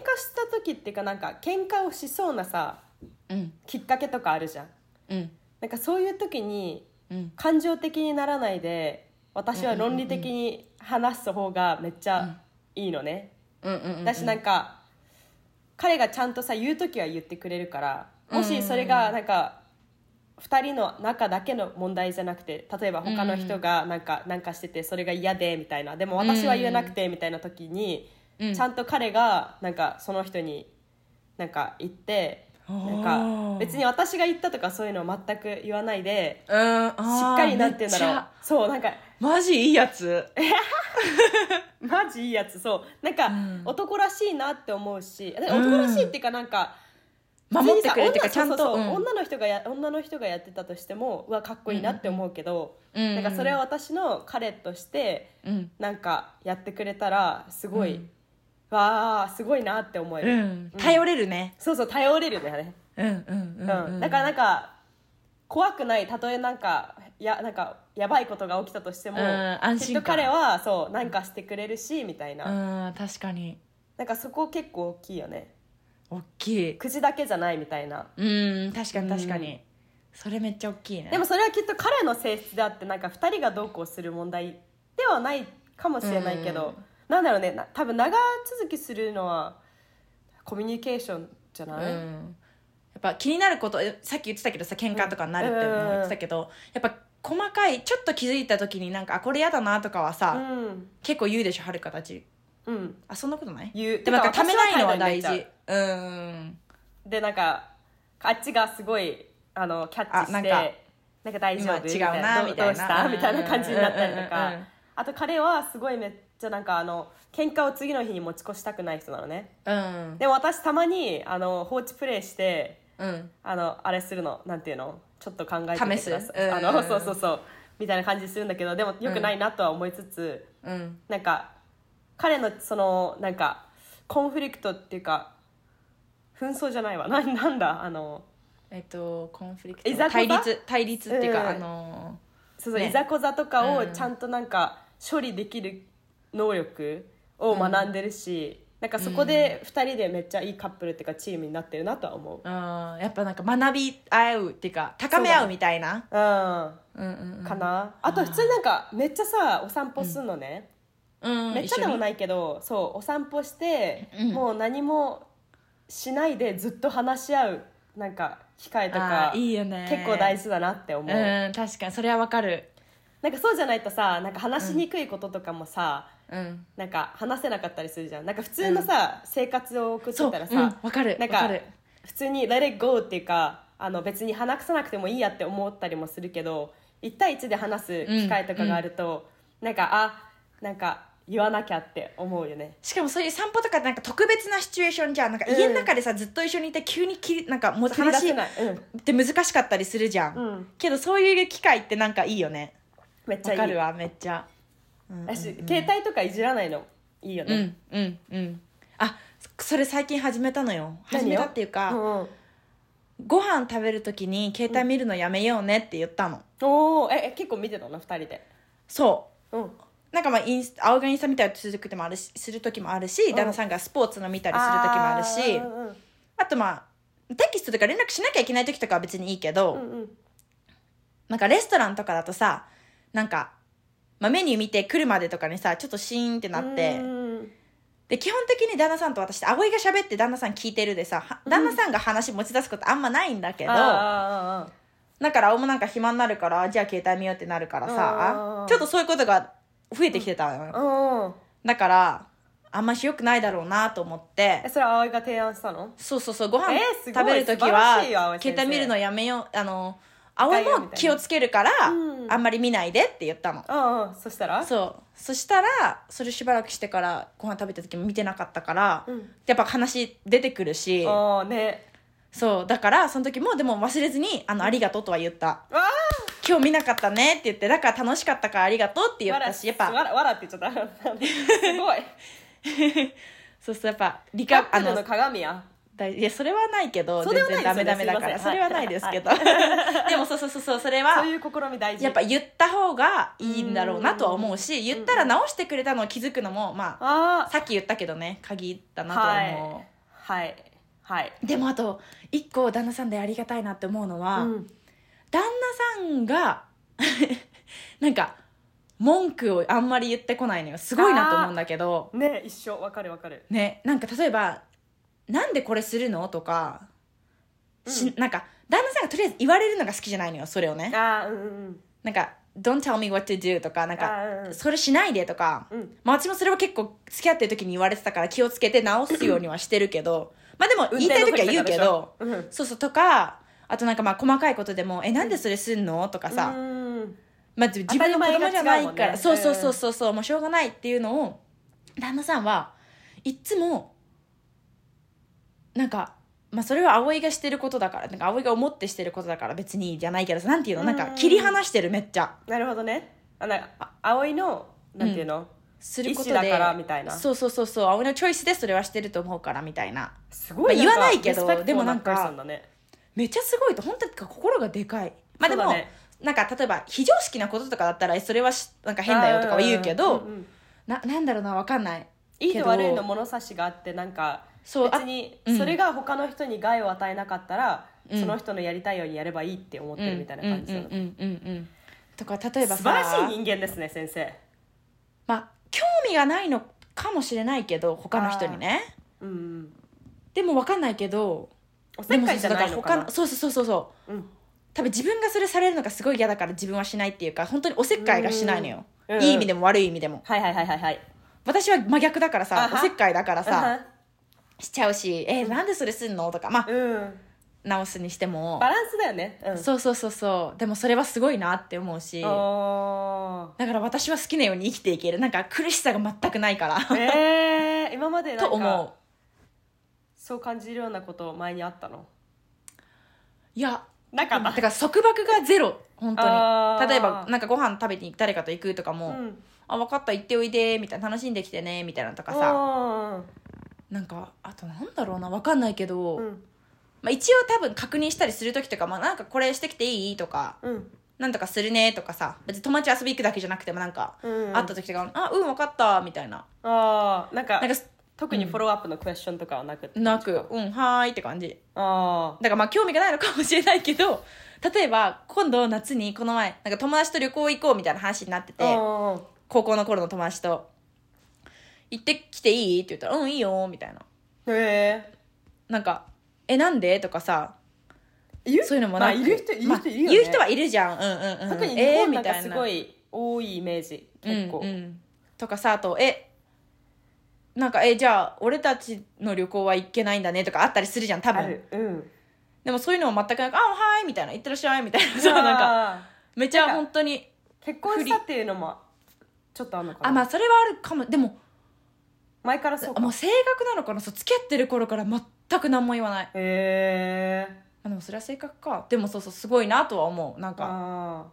た時っていうかなんか喧嘩をしそうなさうんきっかけとかあるじゃんうんなんかそういう時にうん感情的にならないで私は論理的に話す方がめっちゃいいのね、うんうんうんだしなんか彼がちゃんとさ言う時は言ってくれるからもうんうんしうんそれがなんか2人の中だけの問題じゃなくて例えば他の人がなんかなんかしててそれが嫌でみたいなでも私は言えなくてみたいな時にうんちゃんと彼がなんかその人になんか言ってなんおーか別に私が言ったとかそういうのを全く言わないでうんしっしかりなんて言うんだろうそうなんかマジいいやつマジいいやつそうなんかうん男らしいなって思うしん男らしいっていうかなんか守ってくれるっていうかちゃんそうとそうそううん女の人がや女の人がやってたとしてもうわかっこいいなって思うけど、うんなんかそれを私の彼としてうんなんかやってくれたらすごい、うんわあすごいなって思えうる、ん頼れるねそうそう頼れるんだよね、うんうんううんんうんだからなんか怖くないたとえなんかやなんかやばいことが起きたとしても、うん安きっと心感彼はそうなんかしてくれるしみたいな、うん確かになんかそこ結構大きいよね大きい口だけじゃないみたいなうん確かにうん確かにそれめっちゃ大きいねでもそれはきっと彼の性質であってなんか2人がどうこうする問題ではないかもしれないけど、うんなんだろうねな多分長続きするのはコミュニケーションじゃうない、んやっぱ気になることえさっき言ってたけどさ喧嘩とかになるっていうのも言ってたけど、やっぱ細かいちょっと気づいた時になんかあこれやだなとかはうさ、ん結構言うでしょはるかたちうんあそんなことない言うでもなんかためないのは大私は態事度うんでなんかあっちがすごいあのキャッチしてあななんんかか大丈夫今違うなみたいなどうどうしたうんみたいな感じになったりとか、うんうんうんうんあと彼はすごいめっちゃなんかあの喧嘩を次の日に持ち越したくない人なのねうんでも私たまにあの放置プレイしてうんあのあれするのなんていうのちょっと考えてみてくだ試すさうい、んあのそうそうそうみたいな感じするんだけどでも良くないなとは思いつつ、うんなんか彼のそのなんかコンフリクトっていうか紛争じゃないわ ななんだあのえっとコンフリクいざトこざ対立対立っていうか、うんあのそうそう、ねいざこざとかをうんちゃんとなんか処理できる能力を学んでるし、なんかそこで2人でめっちゃいいカップルっていうかチームになってるなとは思う。ーうんやっぱなんか学び合うっていうか高め合うみたいなうん、かうんうんうんな、あと普通になんかめっちゃさお散歩すんのね、うんめっちゃでもないけどそうお散歩して、もう何もしないでずっと話し合うなんか機会とかあーいいよね結構大事だなって思う、うん確かにそれはわかるなんかそうじゃないとさなんか話しにくいこととかもさ、うんなんか話せなかったりするじゃんなんか普通のさ、生活を送ってそうたらさ、うんわ、かるなんわかかる普通に「let it go」っていうかあの別に話さなくてもいいやって思ったりもするけど1対1で話す機会とかがあると、なんかあなんか言わなきゃって思うよねしかもそういう散歩とかなんか特別なシチュエーションじゃんなんかうん家の中でさ、ずっと一緒にいて急にきなんかもう切り出話せっない、うんて難しかったりするじゃん、うんけどそういう機会ってなんかいいよねめっちゃわいいかるわめっちゃうん私、携帯とかいじらないのいいようね、んうんうんあそそれ最近始めたのよ何始めたっていうか、うんうんご飯食べる時に携帯見るのやめようねって言ったの、おおええ結構見てたの2人でそううんなんかまあインス青がインスタ見たりする時もあるしする時もあるし、ん旦那さんがスポーツの見たりする時もあるしーうんあとまあテキストとか連絡しなきゃいけない時とかは別にいいけど、うんうんなんかレストランとかだとさなんか、まあ、メニュー見て来るまでとかにさちょっとシーンってなって、うんで基本的に旦那さんと私って葵が喋って旦那さん聞いてるでさは旦那さんが話持ち出すことあんまないんだけど、あーあーあーだから青もなんか暇になるからじゃあ携帯見ようってなるからうさんちょっとそういうことが増えてきてたのよ、あーうんだからあんまし良くないだろうなと思ってえそれは葵が提案したのそうそうそうご飯えーすごい食べる時素晴はらしいよ葵先生携帯見るのやめようあの控葵えようみたいもな気をつけるからうんあんまり見ないでって言ったのうんうんそしたらそうそしたらそれしばらくしてからご飯食べた時も見てなかったからうんやっぱ話出てくるしああねそうだからその時もでも忘れずに「あのありがとう」とは言ったわあ「今日見なかったね」って言って「だから楽しかったからありがとう」って言ったしやっわぱらわらって言っちゃった す ごいそうそうやっぱ理カ科ッあプルのの鏡やだいいやそれはないけどそれ全はないですよ然ねダメダメだからすそいませんれはないですけど でもそうそうそうそうそれそはういう試み大事やっぱ言った方がいいんだろうなとは思うし言ったら直してくれたのを気づくのもまああさっき言ったけどね鍵だあなとははい思はいはいうでもあと一個旦那さんでありがたいなって思うのはうん旦那さんが なんか文句をあんまり言ってこないのよすごいなと思うんだけどね一緒わかるわかるねなんか例えば「なんでこれするの?」とかし、うんなんか旦那さんがとりあえず言われるのが好きじゃないのよそれをねああうんうんなんか「Don't tell me what to do」とかなんかあーう「んそれしないで」とか、うんまあ、私もそれは結構付き合ってる時に言われてたから気をつけて直すようにはしてるけどまあでも言いたい時は言うけど運転の時とかでしょそうそうとかあとなんかまあ細かいことでも「えなんでそれすんの?」とかさ、うんまあ、自分の子供じゃな当たり前が違いから、うもんねそうそうそうそうそうもうしょうがないっていうのを旦那さんはいっつもなんか、まあ、それは葵がしてることだからなんか葵が思ってしてることだから別にじゃないけどさなんていうのなんかうん切り離してるめっちゃなるほどねあな葵のなんていうのすること意思でだからみたいなそうそうそうそう葵のチョイスでそれはしてると思うからみたいなすごいんかまあ言わないけど respectful でもなんか person だねめっちゃすごいと本当に心がでかいまあでそも、うだねなんか例えば非常識なこととかだったらえそれはしなんか変だよとかは言うけど、んんうんななんだろうなわかんないいいけとど悪いの物差しがあってなんかそうあ別にうんそれが他の人に害を与えなかったら、うんその人のやりたいようにやればいいって思ってるみたいな感じなの、うんうんうんうんうんとか例えばさ素晴らしい人間ですね先生まあ、興味がないのかもしれないけど他の人にねうんうんでも分かんないけどおせでっもかいじゃないのかなそうそうそうそうそううん多分自分がそれされるのがすごい嫌だから自分はしないっていうか本当におせっかいがしないのようんいい意味でも悪い意味でもはいはいはいはいはい私は真逆だからあさはおせっかいだからさあしちゃうしえーなんでそれすんのとかまあうん直すにしてもバランスだよねうんそうそうそうそうでもそれはすごいなって思うしおだから私は好きなように生きていけるなんか苦しさが全くないからーえー、今までなん とか思うそう感じるようなこと前にあったのいやなかだっかたら束縛がゼロ本当あーに例えばなんかご飯食べに誰かと行くとかも、うんあ分かった行っておいでみたいな楽しんできてねみたいなのとかささなんかあとなんだろうな分かんないけど、うんまあ、一応多分確認したりする時とか、まあ、なんかこれしてきていいとかうんなんとかするねとかさ別に友達遊び行くだけじゃなくてもなんか、うん会った時とかあうん分かったみたいなあーなんかなんか特にフォローアップのクエスチョンとかはなくってなくうんはーいって感じあだからまあ興味がないのかもしれないけど例えば今度夏にこの前なんか友達と旅行行こうみたいな話になってあてあー高校の頃の友達と「行ってきていい?」って言ったら「うんいいよ」みたいなへなんか「えなんで?」とかさえいるそういうのもまなあくいる人いる人いるよねまあ言う人はいるじゃんうんうんうん特にえ日ー本なみんかたいすなごい多いイメージ結構うんうん、とかさあと「えなんかえじゃあ俺たちの旅行は行けないんだね」とかあったりするじゃん多あ分るうんでもそういうのも全くなく「あはい」みたいな「行ってらっしゃい」みたいな そうなんかかめちゃ本当に結婚したっていうのもちょっとあるのかなあまあそれはあるかもでも前からそうかもう性格なのかなそう付き合ってる頃から全く何も言わないへえあでもそれは性格かでもそうそうすごいなとは思うなんか、あ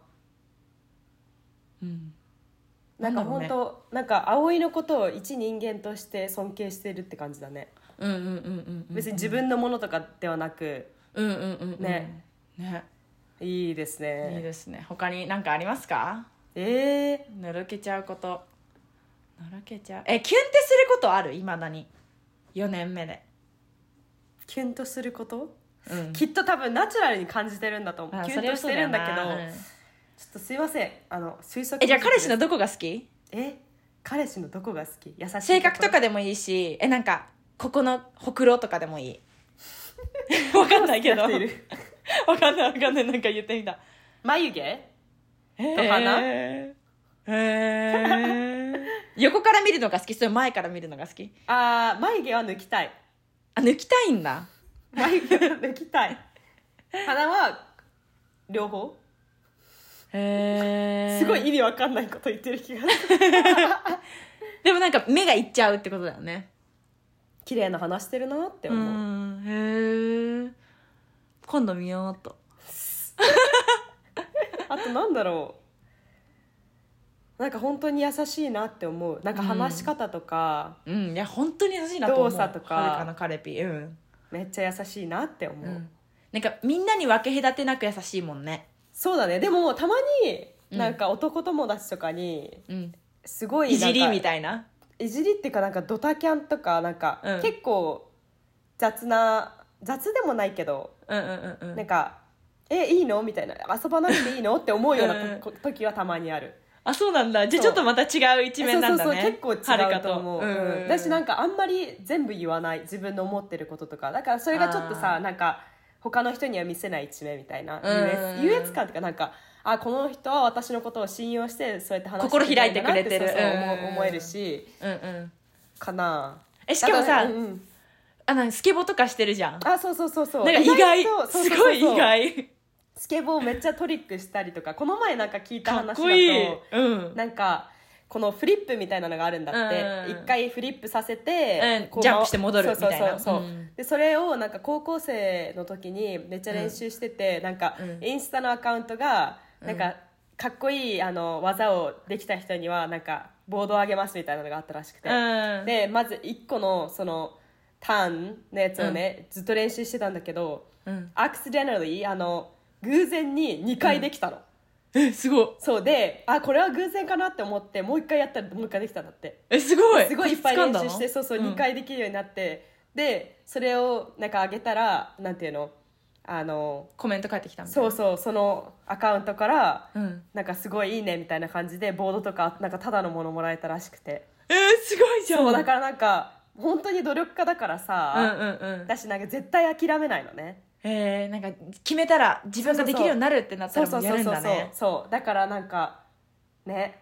うん、ーなんかなんだろう本ね当なんか葵のことを一人間として尊敬してるって感じだねうんうんうんうんうん別に自分のものとかではなくうんうんうんうんねねいいですいいねですね他に何かありますかええのろけちゃうことのろけちゃうえキュンってすることあるいまだに4年目で、キュンとすることうんきっと多分ナチュラルに感じてるんだと思うあキュそンれとはしそうてだるよんなだけどうんちょっとすいませんあの推測えじゃあ彼氏のどどこが好きえ彼氏のどこが好き優しい性格とこかでもいいしえなんかここのほくろとかで もいいわかんないけろどやっていわるかん ないわかんないなんか言ってみた 眉毛えと花えーえー 横から見るのが好きそれ前から見るのが好きあー眉毛は抜きたいあ抜きたいんだ眉毛は抜きたい鼻は両方へえすごい意味わかんないこと言ってる気がするでもなんか目がいっちゃうってことだよね綺麗な話してるなってう思う、んへえ今度見ようっとあとなんだろうなんか本当に優しいなって思うなんか話し方とか、うんいや本当に優しいなと思う動作とかはるかのカレピうん、めっちゃ優しいなって思う、うん、なんかみんなに分け隔てなく優しいもんねそうだねでもたまうにんなんか男友達とかにうんすごいいじりみいたいないじりっていうかなんかドタキャンとかなんかうん結構雑な雑でもないけどうんうんうんうなんんか「えいいの?」みたいな「遊ばなくていいの?」って思うよううなんと時はたまにあるあそうなんだじゃあちょっとまた違う一面なんだねそうそうそう結構違うと思うはるかとうんだしなんかかあんまり全部言わない自分の思ってることとかだからそれがちょっとあさなんか他の人には見せない一面みたいなうん優越優越感とかなんかあこの人は私のことを信用してそうやって話して心開いてくれてるそうそう思ううん思えるしうんうんかなえしかもさだらうんうんあなんかスケボーとかしてるじゃんあそうそうそうそうなんか意外意外とそうそうすそうごい意外スケボーめっちゃトリックしたりとかこの前なんか聞いた話かだっとこいいうんなんかこのフリップみたいなのがあるんだってうん一、回フリップさせてうん、こうジャンプして戻るそうそうそうみたいなそううんでそれをなんか高校生の時にめっちゃ練習してて、なんかうんインスタのアカウントがうんなんかかっこいいあの技をできた人にはなんかボードをあげますみたいなのがあったらしくて、うんでまず1個のそのターンのやつをね、ずっと練習してたんだけどうんアクシデナルリーあの偶然に2回できたの。えすごいそうであこれは偶然かなって思ってもう一回やったらもう一回できたんだってえすごいすごいいっぱい掴ん練だ習のしてそうそう、ん二2回できるようになってでそれをなんか上げたらなんていうのあのコメント返ってきたみたいそなうそうそのアカウントからうんなんかすごいいいねみたいな感じでボードとかなんかただのものもらえたらしくてえー、すごいじゃんそうだからなんか本当に努力家だからうんさ、うんうんだしなんか絶対諦めないのねえー、なんか決めたら自分ができるようになるってなったそうらそもううやそうるんそうだそうねそうだからなんかね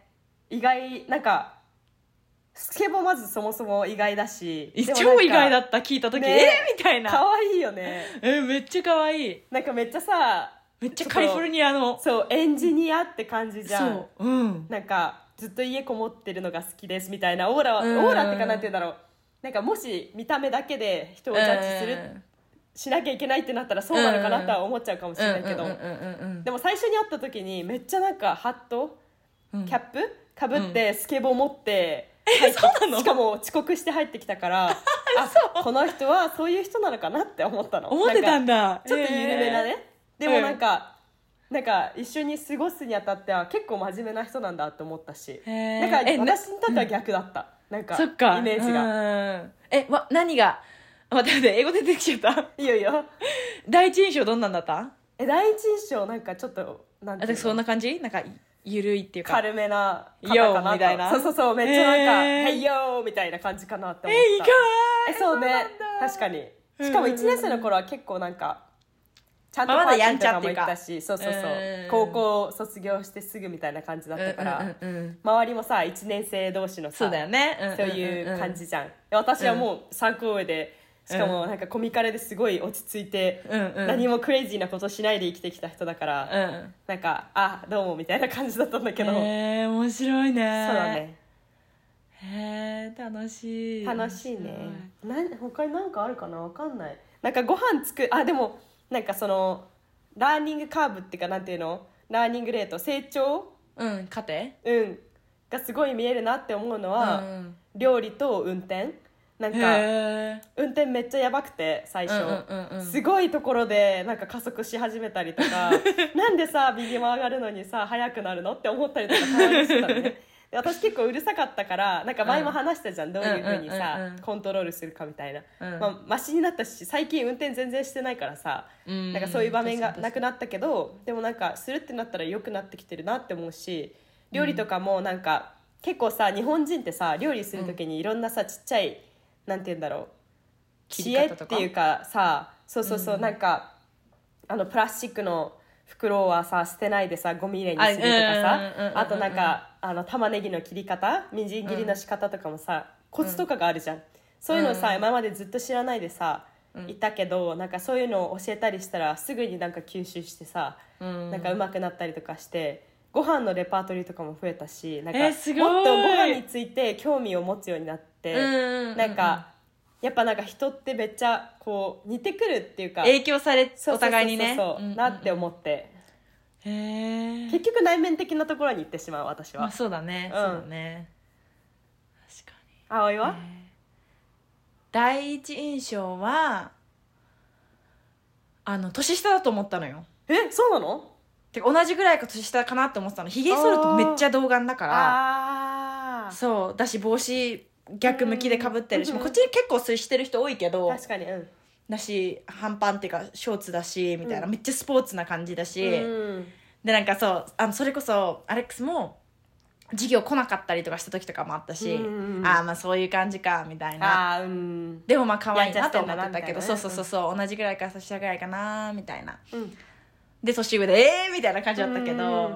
意外なんかスケボーまずそもそも意外だしえ超意外だっった聞いた時、ねえー、みたいな可愛いよねえー、めっちゃ可愛いなんかめっちゃさめっちゃカリフォルニアのそうエンジニアって感じじゃんそううんなんかずっと家こもってるのが好きですみたいなオーラはオうんーラってかなんて言うんだろうなんかもし見た目だけで人をジャッジするしなきゃいけないってなったらそうなのかなとは思っちゃうかもしれないけど、うんうんうんでも最初に会った時にめっちゃなんかハットうんうんキャップかぶってスケボー持って、入ってきそうなのしかも遅刻して入ってきたから あこの人はそういう人なのかなって思ったの思ってなたんんかだちょっと緩めなね、えでもなんか、なんか一緒に過ごすにあたっては結構真面目な人なんだって思ったし、へーなんかえな私にとっては逆だった、なんかそっかイメージが、うんえわ何が待って待って英語出てきちゃった いいよいいよ第一印象どんなんだったえ第一印象なんかちょっとなんていう私のそんな感じなんかゆるいっていうか軽めな方よかなとーみたいなそうそうそうめっちゃなんかへ「ーはいよ」みたいな感じかなってえ思っいいたかえそうね確かにうんしかも1年生の頃は結構なんかちゃんとまあまパーだテやィーんとちゃかってもい行うかったしそうそうそううん高校卒業してすぐみたいな感じだったから、うんうんうんうん周りもさ1年生同士のさそうだよねんんんんそういう感じじゃん私はもう3校上でしかもなんかコミカルですごい落ち着いて、うんうん何もクレイジーなことしないで生きてきた人だから、うんなんか「あどうも」みたいな感じだったんだけど、へえ面白いねそうだねへえ楽しい楽しいね、なん他に何かあるかなわかんないなんかご飯作あでもなんかそのラーニングカーブっていうかなんていうのラーニングレート成長うん家庭うんがすごい見えるなって思うのは、うん料理と運転なんかへえ運転めっちゃやばくて最初、うんうんうんすごいところでなんか加速し始めたりと かなんでさ右曲がるのにさ速くなるのって思ったりとかたまにしてたのねで私結構うるさかったからなんか前も話したじゃん、どういうふうにさ、うんうんうんうんコントロールするかみたいな、うんまあ、マシになったし最近運転全然してないからさ、うんなんかそういう場面がなくななったけどでもなんかするってなったら良くなってきてるなって思うし料理とかもなんか、結構さ日本人ってさ料理する時にいろんなさちっちゃいなんて言うんだろう知切り恵方っとかていうかさそうそうそう、なんかあのプラスチックの袋はさ捨てないでさゴミ入れにするとかあうんうんうんうんうんうさんあとなんかあの玉ねぎの切り方みじん切りの仕方とかもさ、コツとかがあるじゃんそういうのさ、うん今までずっと知らないでさ、うんいたけどなんかそういうのを教えたりしたらすぐになんか吸収してさ、うんなんか上手くなったりとかしてご飯のレパートリーとかも増えたしなんか、えーすごいもっとご飯について興味を持つようになって、うんなんか、やっぱなんか人ってめっちゃこう似てくるっていうか影響されそうそうそうそうお互いにねそうなってう思って、んへえ結局内面的なところに行ってしまう私まあはそうだねうんそうだね確かに葵は、第一印象はあの年下だと思ったのよえそうなのてか同じぐらいか年下かなと思ってたのひげ剃るとめっちゃ童顔だからあーそうだし帽子逆向きでかぶってるし、うんまあこっち結構してる人多いけど確かにうんだし半パンっていうかショーツだしみたいな、うんめっちゃスポーツな感じだし、うんでなんかそうあのそれこそアレックスも授業来なかったりとかした時とかもあったし、うんああまあそういう感じかみたいなあーうんでもまあ可愛いやなんちゃしとてんだ思なってたけどみたいそうなそうそうそう同じぐらいか年下ぐらいかなみたいなうんで年上でええー、みたいな感じだったけどうん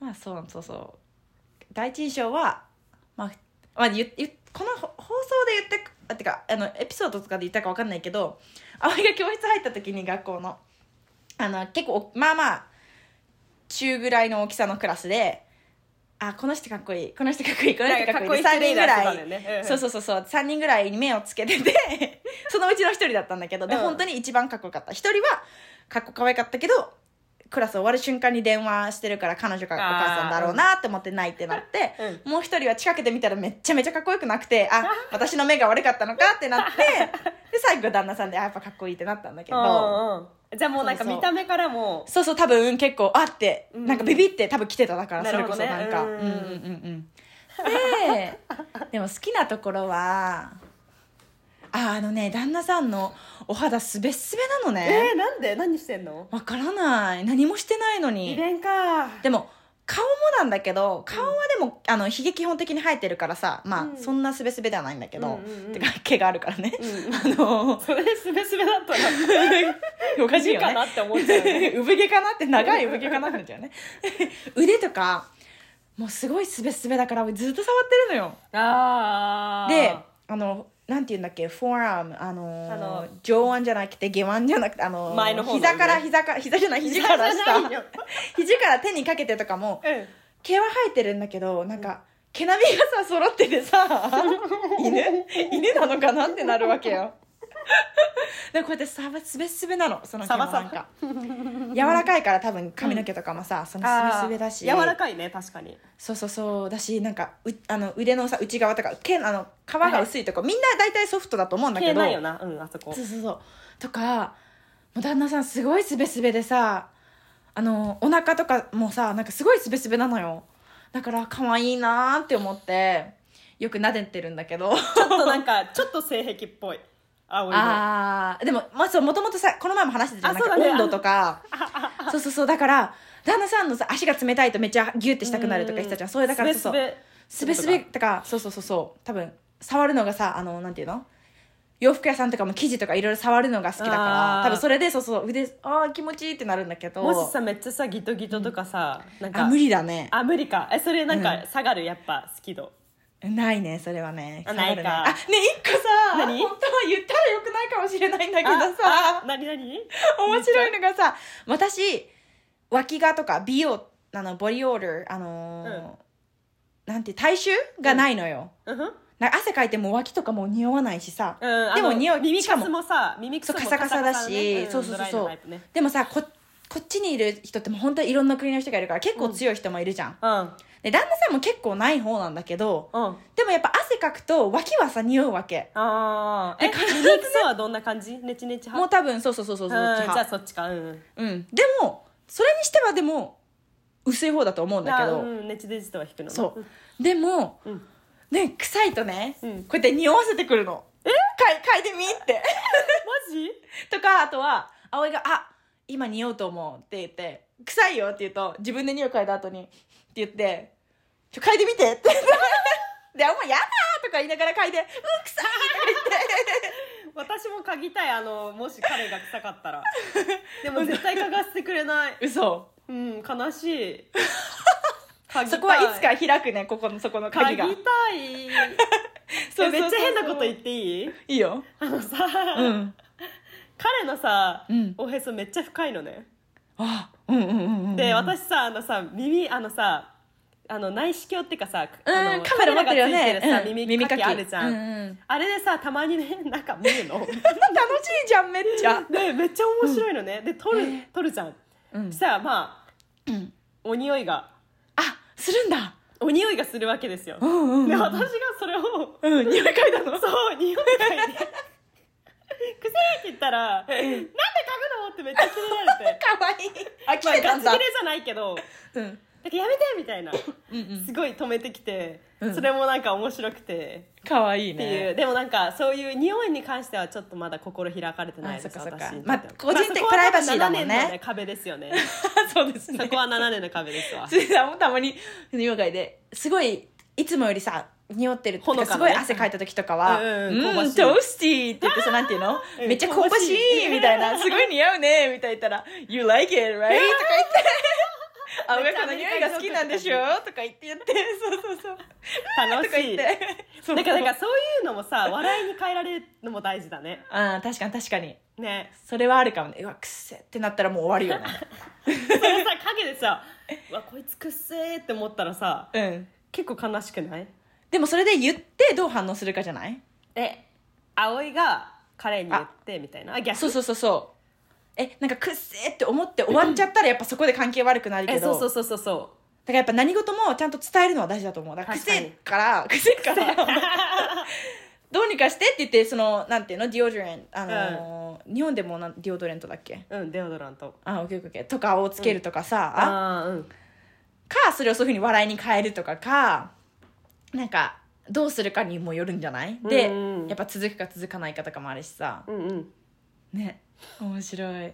まあそうそうそう第一印象はまあ、まあ、ゆゆこのほ放送で言ってあてかあのエピソードとかで言ったか分かんないけど葵が教室入った時に学校のあの結構おまあまあ中ぐらいの大きさのクラスであこの人かっこいいこの人かっこいいこのなん人かかかっっここいいいい3人ぐらい人だよねんんそうそうそうそう3人ぐらいに目をつけてて そのうちの1人だったんだけどで、うん本当に一番かっこよかった1人はかっこ可愛かったけどクラス終わる瞬間に電話してるから彼女がお母さんだろうなって思って泣いってなって、もう1人は近くで見たらめっちゃめちゃかっこよくなくてあ私の目が悪かったのかってなってで最後旦那さんであやっぱかっこいいってなったんだけうど。んうんじゃあもうなんかそうそう見た目からもそうそう多分結構あって、うんなんかビビって多分来てただから、なそるれほこどそねなんかううんんうんうんうんででも好きなところはああのね旦那さんのお肌すべっすべなのえねー、なんで何してんのわからない何もしてないの遺に伝かでも顔もなんだけど顔はでも、あのひげ基本的に生えてるからさまあ、うんそんなすべすべではないんだけど、うんうんうんてか毛があるからね、うん あのそれすべすべだったら おかしい何か よねなって思っちゃうよね産毛かなって長い産毛かなってなっちゃう ね腕とかもうすごいすべすべだからずっと触ってるのよあーであのなんて言うんだっけフォーアームあのーあの上腕じゃなくて下腕じゃなくてあのー前の方の腕膝から膝から膝じゃない肘からじゃ下ないよ肘から手にかけてとかもうん毛は生えてるんだけどなんか 毛並みがさ揃っててさ犬犬なのかなってなるわけよでこうやってさばすべすべなのその毛もサバサなんか柔らかいから多分髪の毛とかもさ、そのすべすべだしあー柔らかいね確かにそうそうそうだしなんかうあの腕のさ内側とか毛あの皮が薄いとこ、みんな大体ソフトだと思うんだけ消えどないよなうんあそこそうそうそうとかもう旦那さんすごいすべすべでさあのお腹とかもさなんかすごいすべすべなのよだから可愛いなーって思ってよく撫でてるんだけどちょっとなんかちょっと性癖っぽいあ俺のあーでも、まあ、そうもともとさこの前も話してたじゃんあそうだなんかね温度とかそうそうそうだから旦那さんのさ足が冷たいとめっちゃギュってしたくなるとか言ってたじゃんそれだからそうすそうべすすべべすべとかそうそうそうそう多分触るのがさあのなんていうの洋服屋さんとかも生地とかいろいろ触るのが好きだからあー多分それでそうそう腕ああ気持ちいいってなるんだけどもしさめっちゃさギトギトとかさ、なんかあ無理だねあ無理かえそれなんうか下がるやっぱ好き度ないねそれはねあないか触るのあね一個さ何本当は言ったらよくないかもしれないんだけどあさあ何何 面白いのがさ私脇がとか美容あのボディオールあのーうんなんて体臭がないのよ、うんふんなんか汗かいても脇とかも匂わないしさ、うんでもあの匂い耳しかかもすもさ耳くそすうもカサカサだし、そうそうそうそう、でもさここっちにいる人ってもう本当にいろんな国の人がいるから結構強い人もいるじゃん、うんで旦那さんも結構ない方なんだけどうんでもやっぱ汗かくと脇はさ匂うわけあーえで必ず耳くそはどんな感じネチネチもう派多分そうそうそうそうそううんそじゃっちあ派そっちかうんうんでもそれにしてはでも薄い方だと思うんだけあうどんネチネチとは引くのそうでもうんね臭いとねうこうんやって匂わせてくるのえ嗅い嗅いでみって マジとかあとは葵が「あ今匂うと思う」って言って「臭いよ」って言うと自分で匂い嗅いだ後にって言って「ちょ嗅いでみて」 って言ってで「あもうやだ」とか言いながら嗅いで「うん臭い」とか 言って私も嗅ぎたいあのもし彼が臭か ったらでも絶対嗅がせてくれない嘘うん悲 しい嗅ぎたいそこはいつか開くねここのそこの嗅鍵ぎがたい そうそうそうそうめっちゃ変なこと言っていいいいよあのさ、うん彼のさ、うんおへそめっちゃ深いのねあうんうんうんうんで私さあのさ耳あのさあの内視鏡っていうかさ、うんあのカメラ持ってるよカメねラがついてるさ、うん耳かきあるじゃん、うんうんあれでさたまにね なんか見る の楽しいじゃんめっちゃでめっちゃ面白いのね、で撮る撮るじゃん、うんそしたらまあ、うんお匂いがあするんだお匂いがするわけですよ、うんうんうんで私がそれをうん匂い嗅いだのそう、匂い嗅いで。くせーって言ったら、なんで嗅ぐのってめっちゃキレ られて。かわいいあ来まあ、てガたチんキレだじゃないけど、うんなんかやめてみたいな。すうんうんごい止めてきてうん、それもなんか面白くて。かわいいっていう、でもなんかそういう匂いに関してはちょっとまだ心開かれてないですあそっかそっか私にとまあっては個人的そこはプライバシーだもんね7年の壁ですよ ねそうですねそこは7年の壁です わ辻さんもたまに匂い嗅いですごいいつもよりさ匂ってるっていうほのかすなごねい汗かいた時とかはう「んううんんト香ばしいースティー」って言ってさなんていうのうんめっちゃ香ばしいみたいな「すごい似合うね」みたいな言ったら「You like it right?」とか言 って「あ親子の匂いが好きなんでしょ?」とか言って言ってそうそうそう楽とか言しっいてそうだからなんかそういうのもさ笑いに変えられるのも大事だねあー確かに確かにねそれはあるかもねうわくっせってなったらもう終わるよねそれさ影で さ「うわこいつくっせー」って思ったらさうん結構悲しくないでもそれで言ってどう反応するかじゃないえ葵が彼に言ってみたいなあ逆そうそうそうそうえなんかくっせーって思って終わっちゃったらやっぱそこで関係悪くなるけえどそうそうそうそうそだからやっぱ何事もちゃんと伝えるのは大事だと思うだからく確かせにーからくせーからどうにかしてって言ってそのなんていうのディオドレンあのー日本でもなんディオドレントだっけ ううんデオドラントあオッケーオッケーとかをつけるとかさ、あああーうんかそれをそういうふうに笑いに変えるとかかなんかどうするかにもよるんじゃないで、うんうんやっぱ続くか続かないかとかもあるしさうんうんね面白い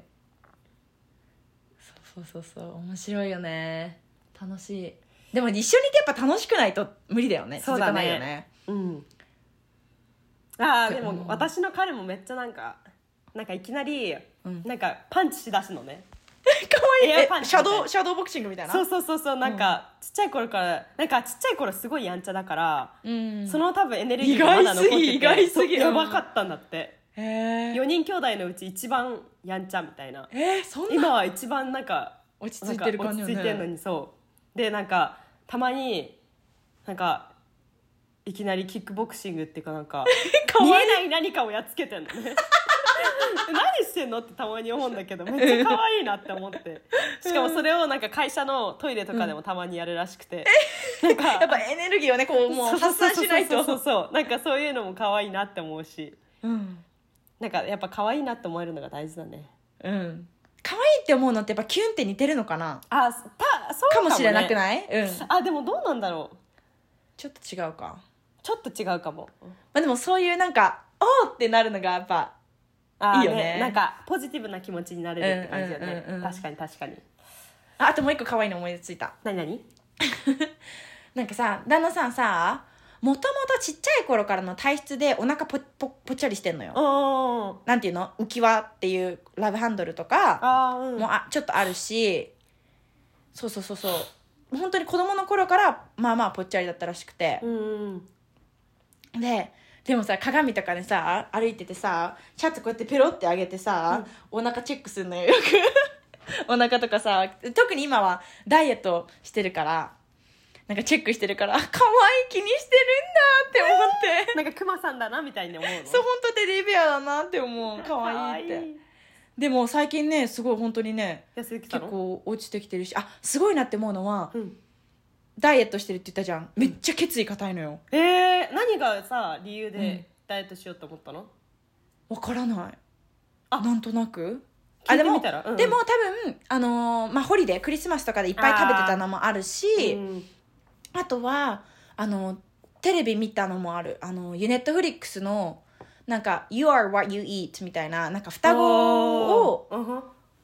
そうそうそうそう面白いよね楽しいでも一緒にいてやっぱ楽しくないと無理だよねそう続かだねないよね うんああでうんも私の彼もめっちゃなんかなんかいきなりうんなんかパンチしだすのねかわいいエえアパンチシャドウシャドーボクシングみたいなそうそうそうそうなんかちっちゃい頃からなんかちっちゃい頃すごいやんちゃだからうんその多分エネルギーがまだ残ってて意外すぎ意外すぎそうやばかったんだってへえ4人兄弟のうち一番やんちゃみたいなえー、そんな今は一番なんか落ち着いてる感じよねなんか落ち着いてるのにそうでなんかたまになんかいきなりキックボクシングっていうかなんかか見わいえない何かをやっつけてんのね何してんのってたまに思うんだけどめっちゃ可愛いなって思ってしかもそれをなんか会社のトイレとかでもたまにやるらしくて、なんかやっぱエネルギーをねこうもう発散しないそうそうとそうそうなんかそういうのも可愛いなって思うしうんなんかやっぱ可愛いなって思えるのが大事だねうん可愛いって思うのってやっぱキュンって似てるのかなあたそうかもしれなくいない、うんあでもどうなんだろうちょっと違うかちょっと違うかもまあでもそういうなんかおーってなるのがやっぱあーいいよねなんかポジティブな気持ちになれるって感じだね、うんうんうんうん確かに確かにああともう一個可愛いの思いついた何何なんかさ旦那さんさもともとちっちゃい頃からの体質でお腹ぽぽぽっちゃりしてんのよおーなんていうの浮き輪っていうラブハンドルとかあーうんもあちょっとあるしそうそうそうそう本当に子供の頃からまあまあぽっちゃりだったらしくてう、んででもさ鏡とかでさ歩いててさシャツこうやってペロって上げてさ、お腹チェックするのよよく お腹とかさ特に今はダイエットしてるからなんかチェックしてるから可愛い気にしてるんだって 思っ てなんかクマさんだなみたいに思うのそう本当テレビアだなって思う可愛いっていでも最近ねすごい本当にね安幸さ結んの構落ちてきてるしあすごいなって思うのはうんダイエットしてるって言ったじゃんめっちゃ決意硬いのよえー、何がさ理由うんでダイエットしようと思ったの、わからないあなんとなく聞いでてもみたらうんうんでも多分あのーまあホリデークリスマスとかでいっぱい食べてたのもあるしうんあ,、とはあのテレビ見たのもあるあのユネットフリックスのなんか「You are what you eat」みたいななんか双子おをーうんふん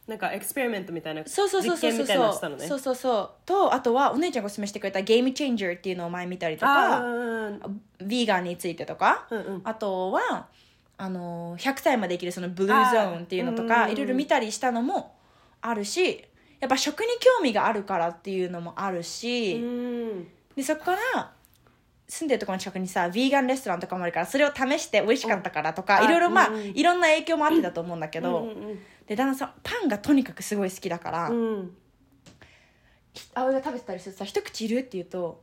なんかエクスペリメントみたいなそうそうそうそう実験そうみたいなのしたのねそうそうそうとあとはお姉ちゃんがおすすめしてくれた「ゲームチェンジャー」っていうのを前見たりとあかーヴィーガンについてとかうんうんうんうんあとはあの100歳まで生きるそのブルーゾーンっていうのとかあーいろいろ見たりしたのもあるしやっぱ食に興味があるからっていうのもあるし、うんでそこから住んでるところの近くにさヴィーガンレストランとかもあるからそれを試して美味しかったからとうかんいろいろまああうんいろんな影響もあってだと思うんだけど、うんうんで旦那さんパンがとにかくすごい好きだから。うんうん葵が食べてたりするとさ一口いるって言うと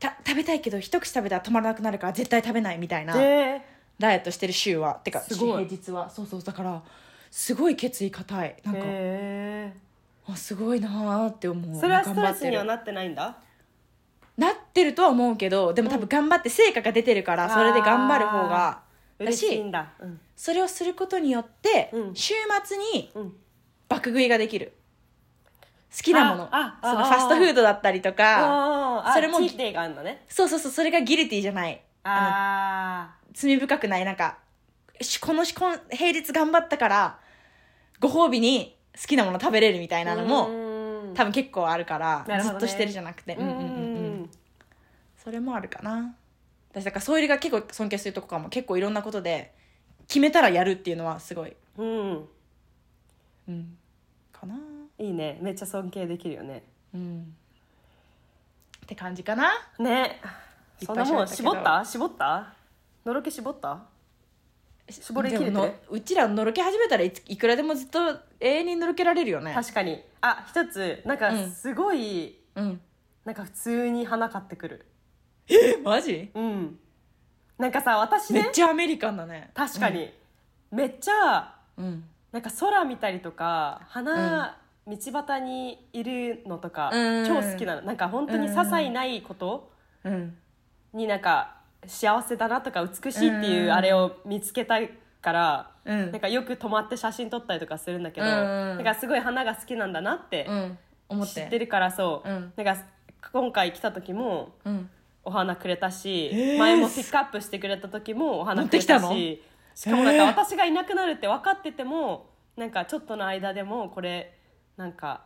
た食べたいけど一口食べたら止まらなくなるから絶対食べないみたいなでダイエットしてる週はてかすごい週平日はそうそうだからすごい決意固いなんか、へあすごいなーって思ーうそれはストレス頑張ってにるはなってないんだなってるとは思うけどでも多分頑張って成果が出てるから、うんそれで頑張る方がだ嬉ししいんだうんそれをすることによって、うん週末にうん爆食いができる好きなものああそのあファストフードだったりとかあーそれもあチートデイがあるのねそうそうそうそれがギルティじゃないあ罪深くないなんかしこのしこん平日頑張ったからご褒美に好きなもの食べれるみたいあなのもも多分結構あるからなるほずどねっとしてるじゃなくて、ううんんうんうんうんうんそれもあるかな私だからそういうのが結構尊敬するとこかも結構いろんなことで決めたらやるっていうのはすごい、うんうんうん、かな、いいねめっちゃ尊敬できるよねうん、って感じかなねいっそぱいんなもん喋絞っったた絞ったのろけ絞った絞り切れてでるものうちらのろけ始めたらいついくらでもずっと永遠にのろけられるよね確かにあ一つなんうかんすごいうんなんか普通に花買ってくるえマジうんなんかさ私めねっちゃアメリカンだね確かにめっちゃうんなんか空見たりとか花、道端にいるのとか、うん超好きなのなんか本当に些細ないことうんになんか幸せだなとか美しいっていううんあれを見つけたいから、うんなんかよく泊まって写真撮ったりとかするんだけど、うんなんかすごい花が好きなんだなってうん思って知ってるからそう、うんなんか今回来た時もうんお花くれたし、えー前もピックアップしてくれた時もお花くれた持ってししかもえーなんか私がいなくなるって分かっててもなんかちょっとの間でもこれなんか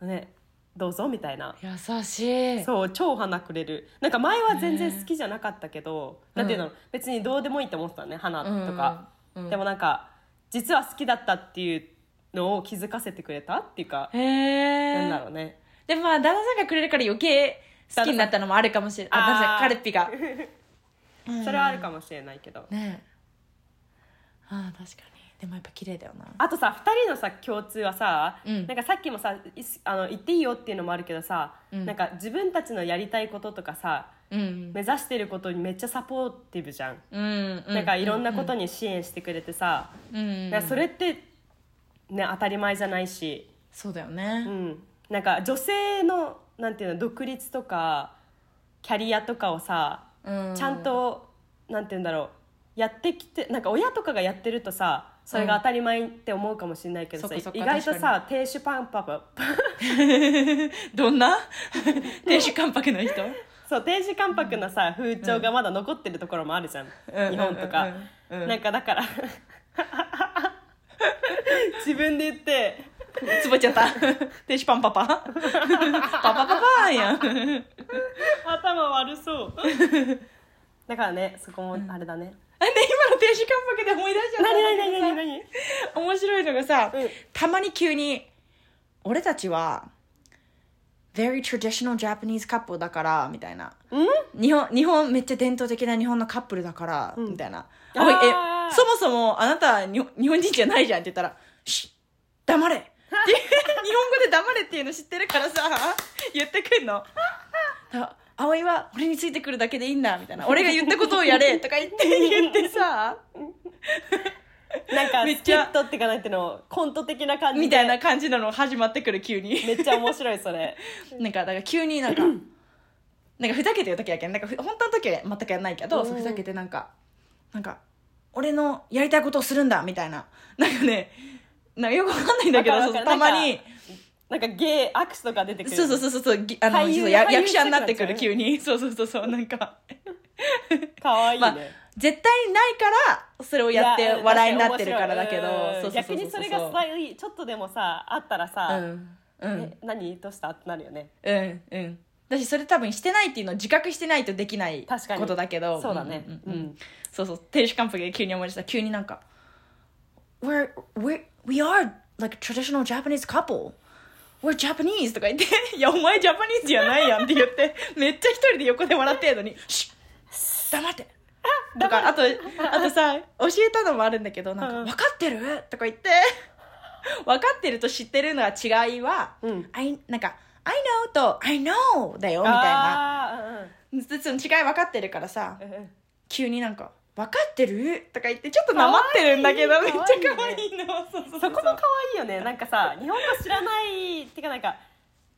ねどうぞみたいな優しいそう超お花くれるなんか前は全然好きじゃなかったけど、えーなんていうの別にどうでもいいと思ってたのね花うんとか、うんでもなんか実は好きだったっていうのを気づかせてくれたっていうか、なへんだえろうねでもまあ旦那さんがくれるから余計好きになったのもあるかもしれない旦那旦さん那さあんーカルピが それはあるかもしれないけど、ねえああ確かにでもやっぱ綺麗だよなあとさ2人のさ共通はさ、うんなんかさっきもさいあの言っていいよっていうのもあるけどさ、うんなんか自分たちのやりたいこととかさ、うん目指してることにめっちゃサポーティブじゃん、うんなんかいろんなこに、とに支援してくれてさ、うんうんなんかそれってね当たり前じゃないし、そうだようねん、なんか女性のなんていうの独立とかキャリアとかをさうんちゃんと、なんていうんだろうやってきてなんか親とかがやってるとさそれが当たり前って思うかもしれないけどさ、うんそっかそっか意外とさ亭主パンパパどんな 亭主関白の人そう定時関白のさ風潮がまだ残ってるところもあるじゃん、日本とか、うんうんうんなんかだから自分で言ってつぼっちゃった亭主パン パパパパパパーンやん頭悪そうだからねそこもあれだね、あね、今の亭主関白で思い出しちゃった何何何何何面白いのがさ、うんたまに急に「俺たちは very traditional Japanese couple だから」みたいな日本日本めっちゃ伝統的な日本のカップルだから、みたいな「あーおいえそもそもあなたに日本人じゃないじゃん」って言ったら「シッ黙れ」って日本語で「黙れ」っていうの知ってるからさ言ってくんの。だ葵は俺についてくるだけでいいんだみたいな俺が言ったことをやれとか言って言ってさ なんかめスっキちゃットってかなんていうのコント的な感じでみたいな感じなの始まってくる急にめっちゃ面白いそれなんかだから急になん かなんかふざけてる時やけんなんかふ本当の時は全くやんないけど、うんそうふざけてなんかなんか俺のやりたいことをするんだみたいななんかねなんかよくわかんないんだけどわかそうるわかるたまになんかゲイ握手とか出てくるそうそうそうそうそうぎあの俳優そうや俳優役者になってしくてくなっちゃうるね急に そうそうそうそうなんかかわいいね、まあ絶対にないからそれをやっいてうん笑いになってるからだけど面白いうんそうそう逆そうにそれそがうさちょっとでもさあったらうさ、んうんえ何どうしたってなるよねうんうんだしそれ多分してないっていうのを自覚してないとできない確かにことだけどそうだねんうんううんんそうそう亭主関白で急に思い出した急になんか「We're, we're, we are like a traditional Japanese couple we're Japanese」とか言って 「いやお前ジャパニーズやないやん」って言ってめっちゃ一人で横で笑ってるのに「シッ黙って」とかあとあとさ教えたのもあるんだけどなんかうん「分かってる?」とか言って分かってると知ってるのは違いは「うん I なんか I know と I know だよみたいななその違い分かってるからさうんうん急になんか「分かってる?」とか言ってちょっとなまってるんだけど可め愛っいちゃ可愛いのそうそうそこもそう可愛いよねなんかさ日本語知らないっていうかなんか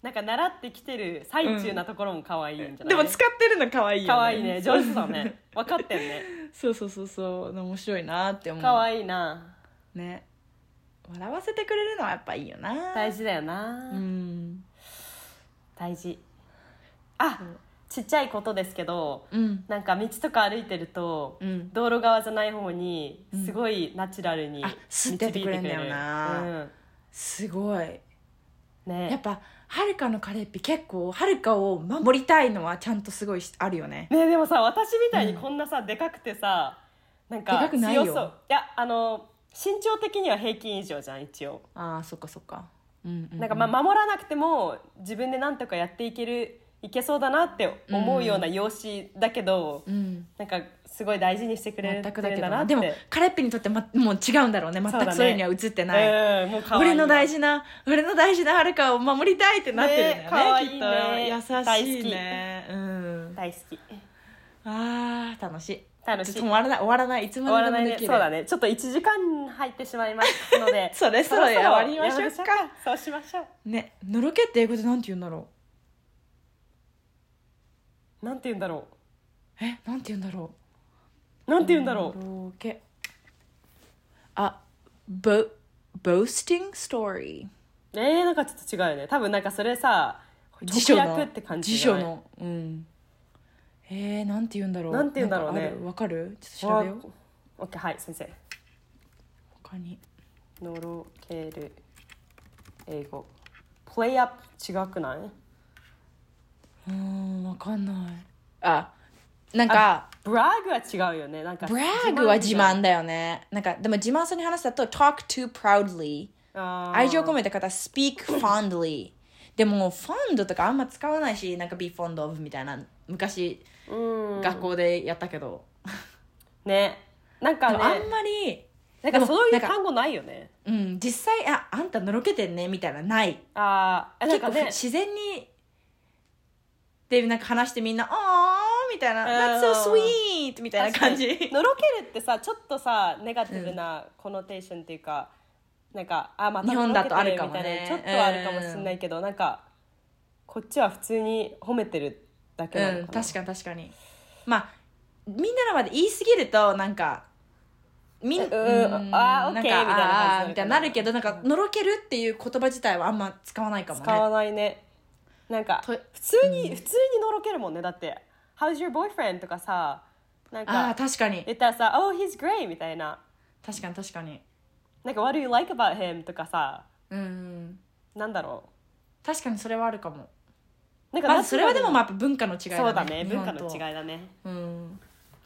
なんか習ってきてる最中なところも可愛いんじゃなでい、も使ってるの可愛いよね可愛いね上手だね分かってんねそうそうそうそう面白いなって思う可愛いなね笑わせてくれるのはやっぱいいよな大事だよな、うん大事あちっちゃいことですけどうんなんか道とか歩いてると、うん道路側じゃない方にすごいナチュラルにあ導いて吸ってくくれる、れんだよなすごいうんねやっぱはるかのカレーピ結構はるかを守りたいのはちゃんとすごいしあるよねねでもさ私みたいにこんなさ、でかくてさなんでかかくないよ強そういやあの身長的には平均以上じゃん一応ああそっかそっかうんうなんかまあ守らなくても自分でなんとかやっていけるいけそうだなって思うような容姿だけど、うんなんかすごい大事にしてくれ全てくだるけんだどななってでもカレッペにとって、ま、もう違うんだろうね全そうだくねそういうには映ってない、うんもう可愛い俺の大事な俺の大事なはるかを守りたいってなってるんだよねね可愛いねきっと優しいねうん大好きあー楽しい楽しいちょっと終わらない終わらないいつ終まわでらでないもでねきそうるだねちょっと1時間入ってしまいますので それそろや終わりましょうかそうしましょうねのろけって英語でなんて言うんだろなんて言うんだろうえなんて言うんだろううなんて言うんだろうう。け。あ、ぼ、boasting story。えー、なんかちょっと違うよね多分なんかそれさ直訳って感じ辞じゃ書ないの。うん。えー、なんて言うんだろう。なんて言うんだろうねなんかあるわかる。ちょっと調べよう。オッケーはい先生他に。のろける英語プレイアップ違くないうーん、わかんない。あ。なんか。ブラグは違うよねなんかブラッグは自慢だよね。なんか、でも自慢そうに話だと、talk too proudly。愛愛情込めた方、speak fondly。でも、fond とかあんま使わないし、なんか be fond of みたいな、昔、うん学校でやったけど。ねなんかでもあねんまり、なんでかもそういなうんか単語ないよねうん、実際ああんたのろけてんねみたいなないあーえなん結か構、ね自然にでなんか話してみんな「あー」みたいなう「ん That's so sweet」みたいな感じ確かにのろけるってさちょっとさネガティブなコノテーションっていうか、なんかあまた日本だとあるかもねのろけてるみたいなちょっとはあるかもしれないけど、なんかこっちは普通に褒めてるだけなのうん、かな、確かに確かにまあみんなのまで言い過ぎるとなんかみんうんうんあーなん OK かみたいな感じになるかなあーみたいになるけどなんかのろけるっていう言葉自体はあんま使わないかもね使わないねなんかと普通に、普通にのろけるもんねだって「How's your boyfriend?」とかさなんああか確かに言ったらさ「Oh he's great」みたいな確かに確かになんか「What do you like about him?」とかさうんなんだろ確かにそれはあるかもうなんかまあそれはでもまああやっぱ文化の違いだねそうだね文化の違いいだねうん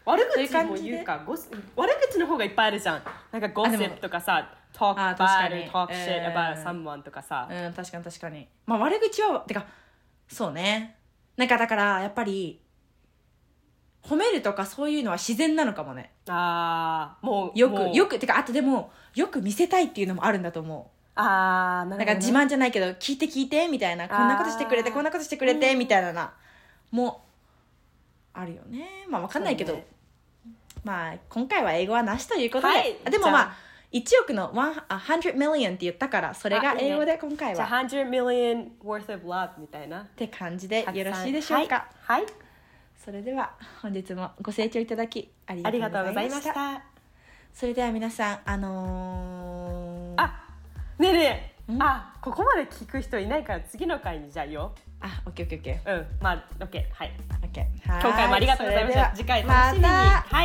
悪そういう口感もじで言うかゴス悪口の方がいっぱいあるじゃんなんかゴシあでッもプとかさ talk あ bad ー確 or talk かに shit うん about someone とかさうん確かに確かにまあ悪口はてかそうねなんかだからやっぱり褒めるとかそういうのは自然なのかもねあーもうよもうくよくてかあとでもよく見せたいっていうのもあるんだと思あーなるほうなんかどね自慢じゃないけど聞いて聞いてみたいなこんなことしてくれてあーこんなことしてくれてみたいななもうあるよねまあわかんないけど、そうねまあ今回は英語はなしということで、はいあでもじゃあまあ1億の100 100 million って言ったからそれが英語で今回じゃはあ100 million worth of love みたいなって感じでよろしいでしょうか、はい、はいそれでは本日もご清聴いただきあありりががととううござございいままししたたそれでは皆さんあのーあねえねえあここまで聞く人いないから次の回にじゃあよあオッケーオッケーオッケーうんまあ OK はいオッケーはーい今回もありがとうございましたそれ次では回楽しみにまたは